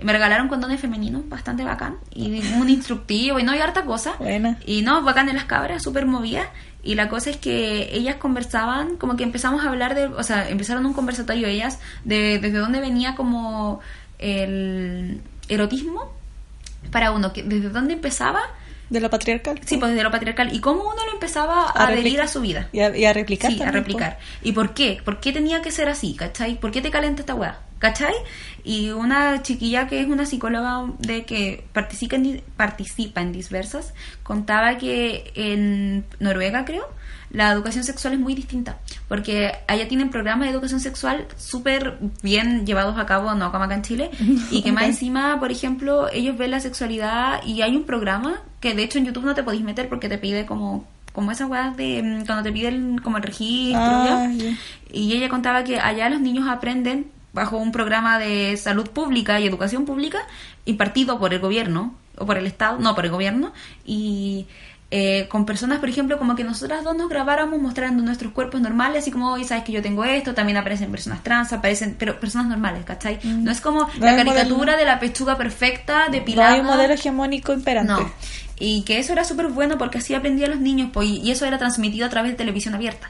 Me regalaron condones femeninos, bastante bacán, y un instructivo, y no hay harta cosa. Buena. Y no, bacán de las cabras, súper movidas. Y la cosa es que ellas conversaban, como que empezamos a hablar de, o sea, empezaron un conversatorio ellas de desde dónde venía como el erotismo para uno, que desde dónde empezaba, De lo patriarcal. sí, pues desde lo patriarcal, y cómo uno lo empezaba a, A adherir replicar. a su vida. Y a, y a replicar. Sí, a también, replicar. ¿Y por qué? ¿Por qué tenía que ser así? ¿Cachai? ¿Por qué te calenta esta weá? ¿Cachai? Y una chiquilla que es una psicóloga de que participa en, di- participa en diversas, contaba que en Noruega, creo, la educación sexual es muy distinta. Porque allá tienen programas de educación sexual súper bien llevados a cabo, no como acá en Chile. Y que más encima, por ejemplo, ellos ven la sexualidad y hay un programa que de hecho en YouTube no te podéis meter porque te pide como como esas weas de mm, cuando te piden como el registro Ah, ¿ya? ya. y ella contaba que allá los niños aprenden bajo un programa de salud pública y educación pública impartido por el gobierno o por el estado no por el gobierno y eh, con personas por ejemplo como que nosotras dos nos grabáramos mostrando nuestros cuerpos normales así como hoy sabes que yo tengo esto también aparecen personas trans aparecen pero personas normales ¿cachai? no es como No la hay modelo- caricatura de la pechuga perfecta po. depilada No hay un modelo hegemónico imperante. no. Y que eso era súper bueno porque así aprendía a los niños, pues, y y eso era transmitido a través de televisión abierta.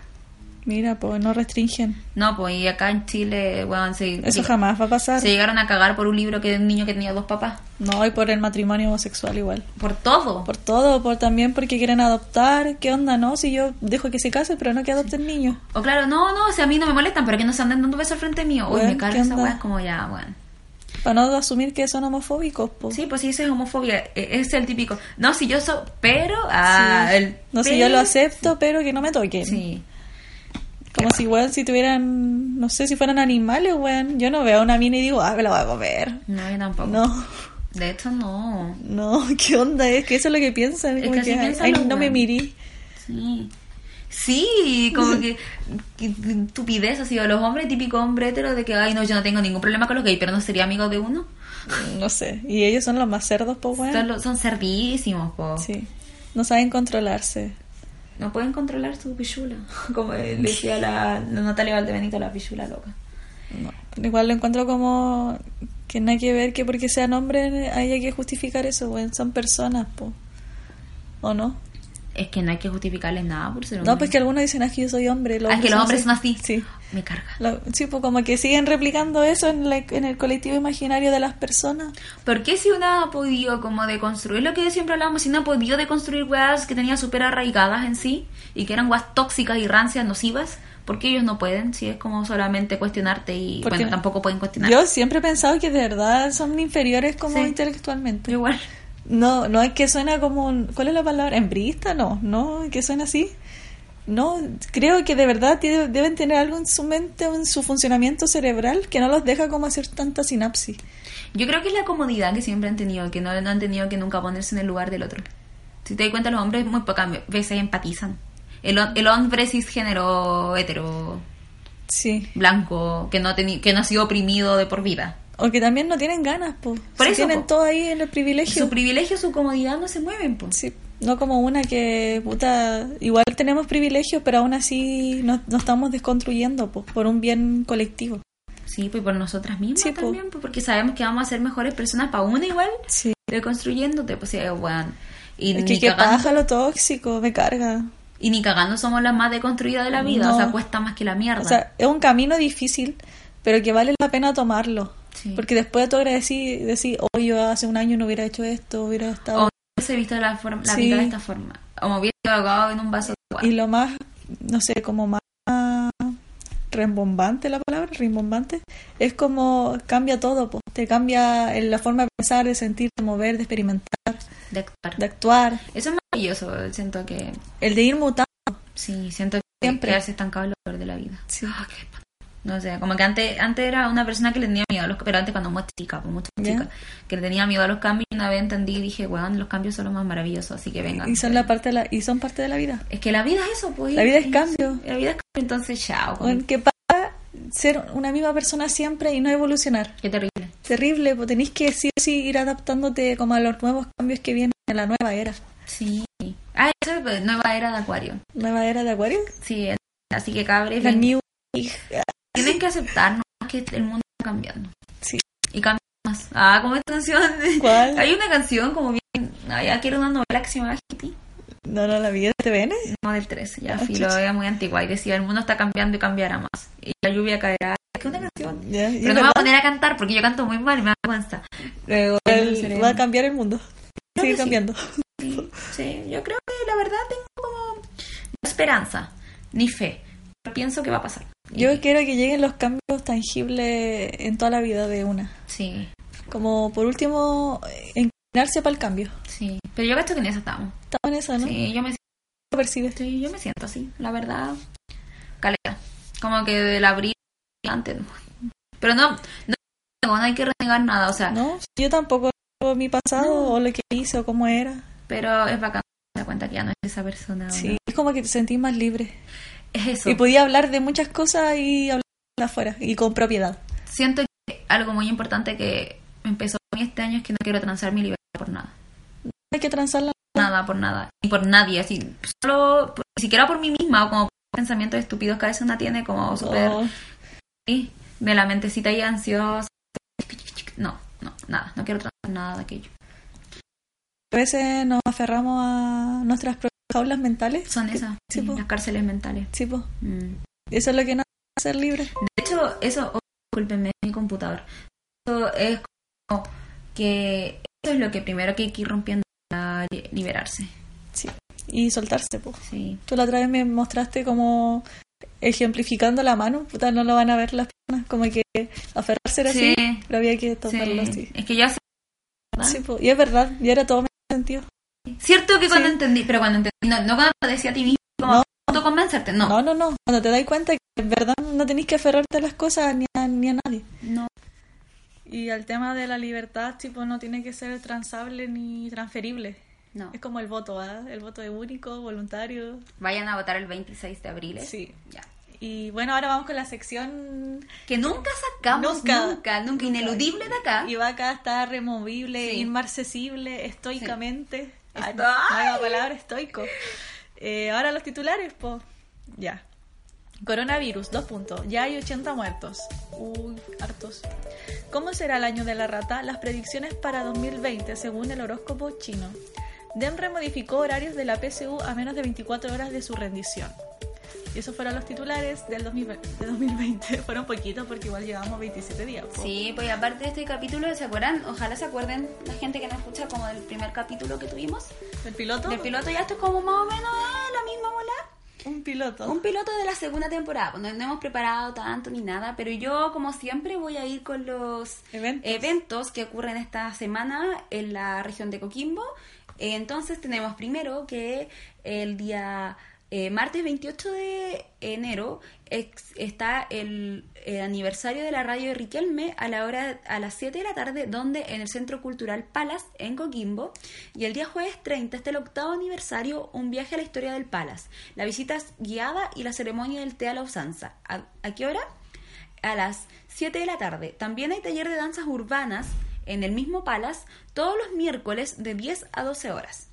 Mira, pues no restringen. No, pues, y acá en Chile, weón, se, Eso lleg- jamás va a pasar. se llegaron a cagar por un libro que de un niño que tenía dos papás. No, y por el matrimonio homosexual igual. Por todo. Por todo, por también porque quieren adoptar. ¿Qué onda, no? Si yo dejo que se case, pero no que adopten niños. O claro, no, no, o sea, a mí no me molestan, pero que no se anden dando besos al frente mío. Uy, Weón, me carga ¿qué esa onda? weá, es como ya, weón. Para no asumir que son homofóbicos, po. Sí, pues sí, eso es homofobia. e- Es el típico. No, si yo soy. Pero. Ah, Sí. el. No sé, yo lo pero- acepto, pero que no me toquen. Sí. Como si, weón, si tuvieran, no sé, si fueran animales, weón. Yo no veo a una mina y digo, ah, me la voy a comer. No, yo tampoco. No, De hecho, no. no, (laughs) ¿qué onda? Es que eso es lo que piensan. Es como que así que, ay, piensan ay, los no me weones. mirí. Sí. Sí, (laughs) como que, que estupidez así, o los hombres, típico hombre hetero de que, ay, no, yo no tengo ningún problema con los gays, pero no sería amigo de uno. No sé. Y ellos son los más cerdos, pues, weón. Son, lo- son cerdísimos, po. Sí. No saben controlarse. No pueden controlar su pichula, (laughs) como le decía la, la Natalia Valdebenito, la pichula loca. No. Igual lo encuentro como que no hay que ver que porque sean hombres haya que justificar eso, weón. Son personas, po. ¿O no? Es que no hay que justificarles nada por ser No, hombre. pues que algunos dicen, ah, es que yo soy hombre. Ah, es que los hombres son así. Sí. Me carga. Lo- sí, pues como que siguen replicando eso en, la- en el colectivo imaginario de las personas. ¿Por qué si una ha podido como deconstruir lo que siempre hablábamos, si una ha podido deconstruir weas que tenía súper arraigadas en sí y que eran weas tóxicas y rancias, nocivas? ¿Por qué ellos no pueden? Si es como solamente cuestionarte y Porque- bueno, tampoco pueden cuestionar. Yo siempre he pensado que de verdad son inferiores como Ah. Sí. intelectualmente. Yo igual. No, no es que suena como... un- ¿Cuál es la palabra? ¿Embrista? No, no, que suena así. No, creo que de verdad tie- deben tener algo en su mente o en su funcionamiento cerebral que no los deja como hacer tanta sinapsis. Yo creo que es la comodidad que siempre han tenido, que no, no han tenido que nunca ponerse en el lugar del otro. Si te das cuenta, los hombres muy pocas veces empatizan. El, hom- el hombre cisgénero, hetero, Sí. blanco, que no, ha teni- que no ha sido oprimido de por vida. O que también no tienen ganas, pues. Por eso, tienen po. todo ahí en el privilegio. Su privilegio, su comodidad no se mueven, po. Sí, no como una que, puta, igual tenemos privilegios, pero aún así nos, nos estamos desconstruyendo po, por un bien colectivo. Sí, pues por nosotras mismas Sí, po. también, po, porque sabemos que vamos a ser mejores personas para una igual, Sí. deconstruyéndote, pues, eh, weón. Y Es ni que qué cagando- paja lo tóxico, me carga. Y ni cagando somos las más deconstruidas de la vida. No. O sea, cuesta más que la mierda. O sea, es un camino difícil, pero que vale la pena tomarlo. Sí. Porque después tú agradecí, decir, oh, yo hace un año no hubiera hecho esto, hubiera o estado... no hubiese visto la, forma, la Sí. vida de esta forma. O me hubiese ahogado en un vaso de agua. Y lo más, no sé, como más rembombante la palabra, rimbombante, es como cambia todo, po. te cambia el- la forma de pensar, de sentir, de mover, de experimentar, de actuar. de actuar, Eso es maravilloso. Siento que. el de ir mutando. Sí, siento que Siempre. quedarse estancado es lo peor de la vida. Sí. Ah, qué pa- No sé, como que antes, antes era una persona que le tenía miedo a los pero antes cuando muy chica, pues, mucho más Ya. chica, que le tenía miedo a los cambios y una vez entendí y dije, weón, los cambios son los más maravillosos, así que vengan. Y son la parte de la, y son parte de la vida. Es que la vida es eso, pues. La vida es cambio. La vida es cambio, entonces chao. pues, con- Bueno, que pasa ser una misma persona siempre y no evolucionar. Qué terrible. Terrible, pues tenéis que sí o sí ir adaptándote como a los nuevos cambios que vienen en la nueva era. Sí. Ah, eso es pues, nueva era de Acuario. ¿Nueva era de Acuario? Sí, así que cabres, La ven- New tienen que aceptar ¿no? que el mundo está cambiando. Sí. Y cambia más. Ah, como esta canción. ¿Cuál? Hay una canción como bien. Ah, ya quiero una novela que se llama Hippie. No, no, la vida te ven No del 13, ya Ah, filo, chucha. era muy antigua. Y decía, el mundo está cambiando y cambiará más. Y la lluvia caerá. Es que una canción. Ya, y Pero no me voy a poner a cantar porque yo canto muy mal y me da vergüenza. Luego, El- no seré- va a cambiar el mundo. Creo que Sigue sí. cambiando. Sí, sí, yo creo que la verdad tengo como no esperanza, ni fe, pero pienso que va a pasar. Yo Y- quiero que lleguen los cambios tangibles en toda la vida de una. Sí, Como por último, inclinarse para el cambio. sí, pero yo creo que en eso estamos. Estamos en esa, ¿no? Sí, yo me, Lo percibes. sí, yo me siento así, la verdad, caleta. Como que del abril antes. ¿no? Pero no, no, no hay que renegar nada, o sea, ¿No? Yo tampoco tengo mi pasado o lo que hice o cómo era. pero es bacán te das cuenta que ya no es esa persona. ¿no? Sí, es como que te sentís más libre. Es eso. Y podía hablar de muchas cosas y hablar afuera y con propiedad. Siento que algo muy importante que empezó a mí este año es que no quiero transar mi libertad por nada. Hay que transarla. nada por nada y por nadie así solo por- ni siquiera por mí misma o como por pensamientos estúpidos que a veces una tiene como súper Oh, sí, de la mentecita y ansiosa no no nada no quiero tratar nada de aquello a veces nos aferramos a nuestras propias jaulas mentales. son esas Sí, sí, po. las cárceles mentales Sí, po. Mm. Eso es lo que nos hace ser libres. De hecho, eso, oh, discúlpenme, mi computador. Eso es como que eso es lo que primero que hay que ir rompiendo para li- liberarse. Y soltarse, po. Sí. Tú la otra vez me mostraste como ejemplificando la mano, puta, no lo van a ver las personas, como que aferrarse era Sí. así, pero había que tomarlo sí. así. Ah, Es que yo hace- ¿verdad? Sí, po, y es verdad, y era todo mi sentido. Cierto que cuando Sí. entendí, pero cuando entendí, no, no cuando te decía a ti mismo, como No. autoconvencerte, no. No, no, no, cuando te das cuenta que en verdad no tenés que aferrarte a las cosas ni a, ni a nadie. No. Y al tema de la libertad, tipo, no tiene que ser transable ni transferible. No. como el voto, ¿ah? El voto es único, voluntario. Vayan a votar el 26 de abril. ¿eh? Sí. Ya. Y bueno, ahora vamos con la sección Que nunca sacamos, Nunca. nunca, nunca, ineludible de acá. Y vaca está removible, Sí. inmarcesible, estoicamente. Ah, Ay. Nueva palabra, estoico. Eh, ahora los titulares, po. Ya. Coronavirus, dos puntos. Ya hay 80 muertos. Uy, hartos. ¿Cómo será el año de la rata? Las predicciones para 2020 según el horóscopo chino. Demre modificó horarios de la PSU a menos de 24 horas de su rendición. Y esos fueron los titulares del 2020. de 2020. (laughs) Fueron poquitos porque igual llevamos 27 días. po. Sí, pues y aparte de este capítulo, ¿se acuerdan? Ojalá se acuerden la gente que nos escucha como del primer capítulo que tuvimos. ¿El piloto? Del piloto ya esto es como más o menos ah, la misma bola. Un piloto. Un piloto de la segunda temporada. pues, No, no hemos preparado tanto ni nada, pero yo, como siempre, voy a ir con los Eventos. eventos que ocurren esta semana en la región de Coquimbo. Eh, Entonces, tenemos primero que el día Eh, martes 28 de enero ex- está el, eh, aniversario de la radio de Riquelme a la hora a las 7 de la tarde, donde en el Centro Cultural Palas en Coquimbo. Y el día jueves 30 está el octavo aniversario, un viaje a la historia del Palas. La visita es guiada y la ceremonia del té a la usanza. ¿A, a qué hora? A las 7 de la tarde. También hay taller de danzas urbanas en el mismo Palas todos los miércoles de 10 a 12 horas.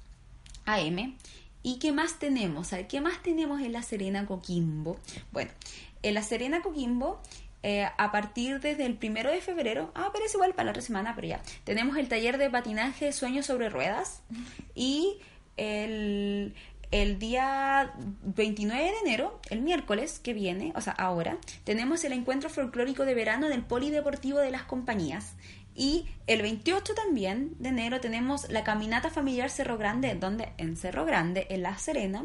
AM. ¿Y qué más tenemos? A ver, ¿Qué más tenemos en La Serena Coquimbo? Bueno, en La Serena Coquimbo, eh, a partir desde el primero de febrero, ah, pero es igual para la otra semana, pero ya, tenemos el taller de patinaje Sueños sobre Ruedas y el, el día 29 de enero, el miércoles que viene, o sea, ahora, tenemos el encuentro folclórico de verano del Polideportivo de las Compañías. Y el 28 también de enero tenemos la caminata familiar Cerro Grande, donde en Cerro Grande, en La Serena,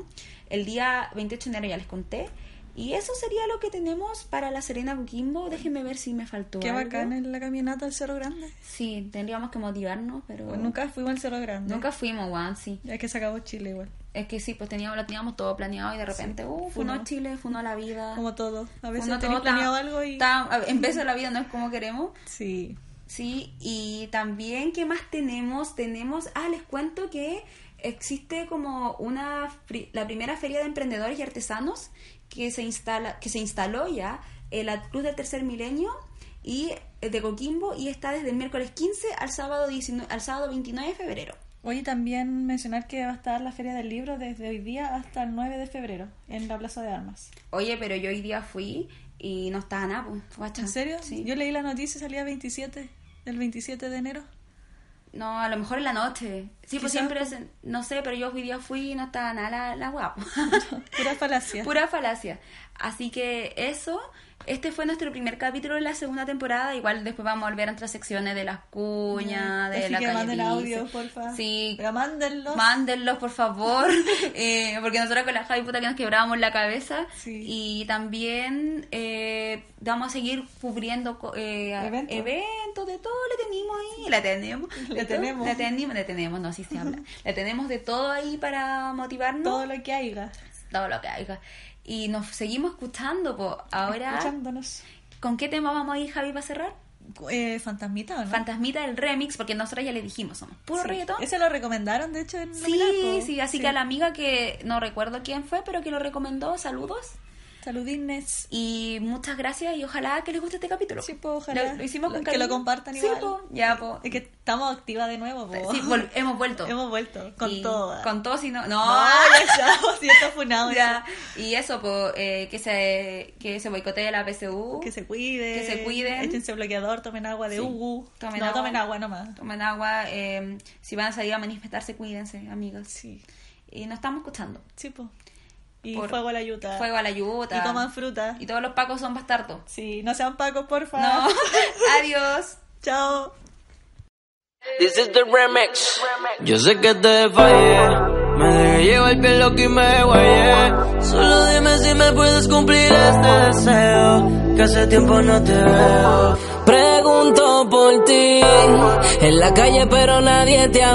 el día 28 de enero ya les conté. Y eso sería lo que tenemos para La Serena Coquimbo. Déjenme ver si me faltó. Qué algo. bacán es la caminata al Cerro Grande. Sí, tendríamos que motivarnos, pero Pues nunca fuimos al Cerro Grande. nunca fuimos, Juan, sí. Ya que se acabó Chile igual. Es que sí, pues teníamos, lo teníamos todo planeado y de repente, uh, funó Funó. Chile, funó la vida. Como Ah. todo. A veces Funó tenés todo, planeado ta- algo y... ta- a- en vez de la vida no es como queremos. Sí. Sí, y también, ¿qué más tenemos? Tenemos, ah, les cuento que existe como una, fri- la primera feria de emprendedores y artesanos que se, instala, que se instaló ya en la Cruz del Tercer Milenio y eh, de Coquimbo y está desde el miércoles 15 al sábado, 19 al sábado 29 de febrero. Oye, también mencionar que va a estar la Feria del Libro desde hoy día hasta el 9 de febrero en la Plaza de Armas. Oye, pero yo hoy día fui y no estaba nada, pues, guacha. ¿En serio? Sí. Yo leí la noticia, salía 27, el 27 de enero. No, a lo mejor en la noche. Sí, Quizás, pues siempre, pues. hacen- no sé, pero yo hoy día fui y no estaba nada la, la guapo. (laughs) Pura falacia. (laughs) Pura falacia. Así que eso, este fue nuestro primer capítulo de la segunda temporada. Igual después vamos a volver a otras secciones de las cuñas, de Así la que calle manden Vice. Ah, audio, porfa. Sí, Pero mándenlos. mándenlos por (laughs) favor. eh, porque nosotros con la Javi puta que nos quebrábamos la cabeza. Sí. Y también eh, vamos a seguir cubriendo co- eh, Eventos. eventos, de todo le tenemos ahí. La tenemos. La de todo, tenemos. La tenemos, la tenemos, no, así (laughs) se habla. La tenemos de todo ahí para motivarnos Todo lo que haya. todo lo que haga. Y nos seguimos escuchando, po. Ahora, Escuchándonos. ¿con qué tema vamos a ir, Javi, para cerrar? Eh, ¿Fantasmita o no? Fantasmita del remix, porque nosotros ya le dijimos, somos puro Sí. reggaetón. Ese lo recomendaron, de hecho, en Luminar, Sí, po. sí, así que a la amiga que no recuerdo quién fue, pero que lo recomendó, saludos. Saludines. Y muchas gracias y ojalá que les guste este capítulo. Sí, po, ojalá. Lo, lo hicimos con Que lo cariño. compartan Sí, igual. po, ya, po. Es que estamos activas de nuevo, po. Sí, vol- hemos (laughs) vuelto. Hemos vuelto. Con Y- todo. Con todo, si no... No, No, (laughs) ya estamos. (laughs) Ya está funado. ya. Y eso, po, eh, que, se, que se boicotee la PSU. Que se cuiden. Que se cuiden. Échense bloqueador, tomen agua de Sí. Ugu. Tomen no, agua. tomen agua nomás. Tomen agua. eh, si van a salir a manifestarse, cuídense, amigos. Sí. Y nos estamos escuchando. Sí, po. Y Por- fuego a la yuta. Fuego a la yuta. Y coman fruta. Y todos los pacos son bastardos. Sí, no sean pacos, porfa. No. (laughs) Adiós. Chao. This is the remix. Yo sé que te fallé. Me dejé llevar bien loco y me guayé. Solo dime si me puedes cumplir este deseo. Que hace tiempo no te veo. Pregunto por ti. En la calle, pero nadie te ha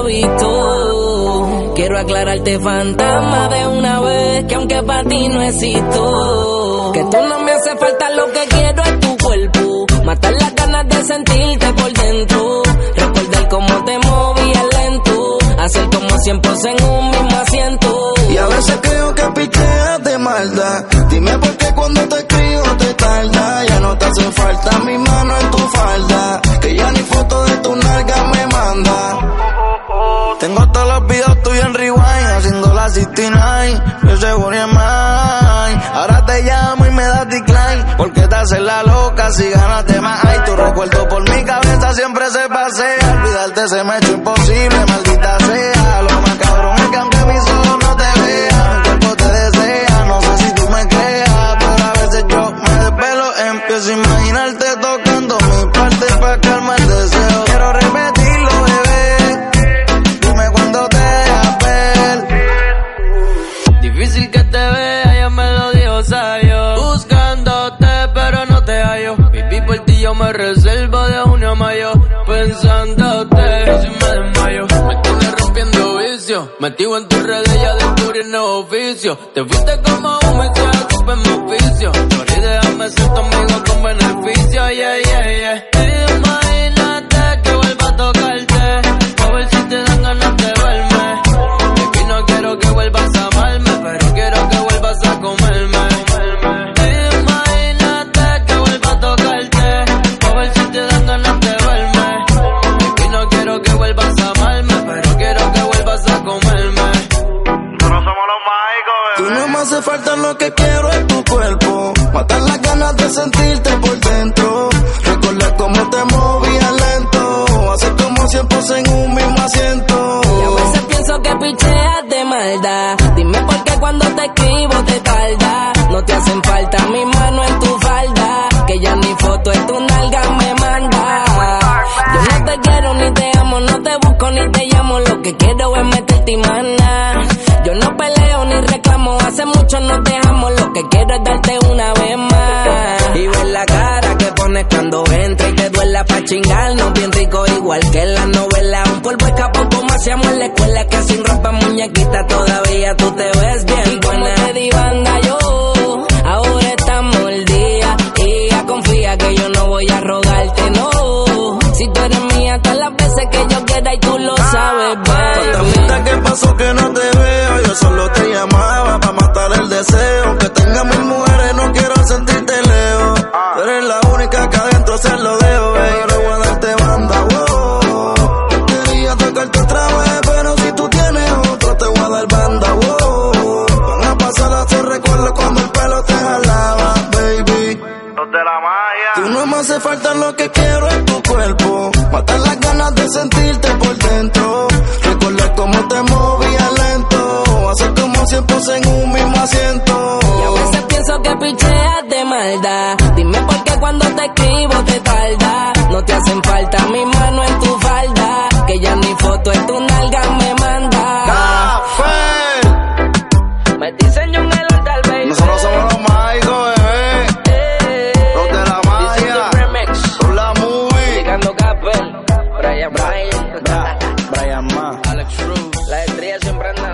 visto. Quiero aclararte, fantasma, de una vez. Que aunque para ti no existo. Que tú no me hace falta lo que quiero es tu cuerpo. Matar las ganas de sentirte por dentro. Recordar cómo te movías lento. Hacer como 100 poses en un mismo asiento. Y a veces creo que picheas de maldad. Dime por qué cuando te escribo te tarda. Ya no te hace falta mi mano en tu falda. Que ya ni foto de tu nalga me manda. Tengo hasta los videos tuyos en rewind, haciendo la 69, yo seguro en mine. Ahora te llamo y me das decline, porque te haces la loca si ganaste más. Ay, tu recuerdo por mi cabeza siempre se pasea, olvidarte se me ha hecho imposible, maldita sea. Lo más cabrón es que aunque mis ojos no te vean, mi cuerpo te desea, no sé si tú me creas, pero a veces yo me desvelo, empiezo a imaginarte tocando mi parte para calmar el deseo. Quiero repetirlo, bebé. Dime cuándo te dejas ver. Difícil que te vea, ya me lo dijo sabio. Buscándote, pero no te hallo. Viví por ti, yo me reservo de junio a mayo. Pensándote, yo si me desmayo. Me tienes rompiendo vicio. Metido en tus redes, ya descubrí descubriendo oficio. Te fuiste como un mito de tu pues beneficio. Por ideas me siento amigo con beneficio. Yeah, yeah, yeah. Imagínate que vuelva a tocarte. A ver si te dan ganas de verme. Baby, no quiero que vuelvas a amarme, pero quiero que vuelvas a comerme. Imagínate que vuelva a tocarte. A ver si te dan ganas de verme. Baby, no quiero que vuelvas a amarme, pero quiero que vuelvas a comerme. Nosotros somos los mágicos, Tú bebé. no me hace falta lo que quiero es tu cuerpo. Matar las ganas de sentirte por dentro. Recordar cómo te movías lento. Hacer como siempre en un mismo asiento. Y a veces pienso que picheas de maldad. Dime por qué cuando te escribo te tarda. No te hacen falta mis manos en tu falda. Que ya ni foto en tu nalga me manda. Yo no te quiero ni te amo, no te busco ni te llamo. Lo que quiero es meterte y mana. Yo no peleo ni reclamo, hace mucho no te amo. Lo que quiero es darte una vez más. Y ver la cara que pones cuando entra y te duela pa' chingarnos bien rico igual que en las novelas un polvo escapó como hacíamos en la escuela que sin ropa muñequita todavía tú te ves bien y buena te di banda yo ahora estás mordida y ya confía que yo no voy a rogarte no si tú eres mía todas las veces que yo quiera y tú lo sabes Fantasmita, baby ¿qué pasó que no te veo? Yo solo te llamaba para matar el deseo. Que tenga mil mujeres, no quiero sentirte leo. Tú eres la única que adentro se lo dejo, baby. Yo no voy a darte banda, wow. Yo Quería tocarte otra vez, pero si tú tienes otro, te voy a dar banda, wow. Van a pasar a hacer recuerdos cuando el pelo te jalaba, baby. Los de la Tú malla. no me hace falta lo que quiero es tu cuerpo. Matar las ganas de sentirte por dentro. Recordar cómo te movías lento. Hacer como siempre en un mismo asiento. Y a veces pienso que picheas de maldad. Dime por qué cuando te escribo te tarda. No te hacen falta mis manos en tu falda. Que ya ni foto en tu nalga me manda. ¡Café! Me diseño en el altar, baby. Nosotros somos los mágicos, bebé. Eh, Los de la magia. Son la movie. Brian Brian. Brian Ma. Alex Cruz. La estrella siempre anda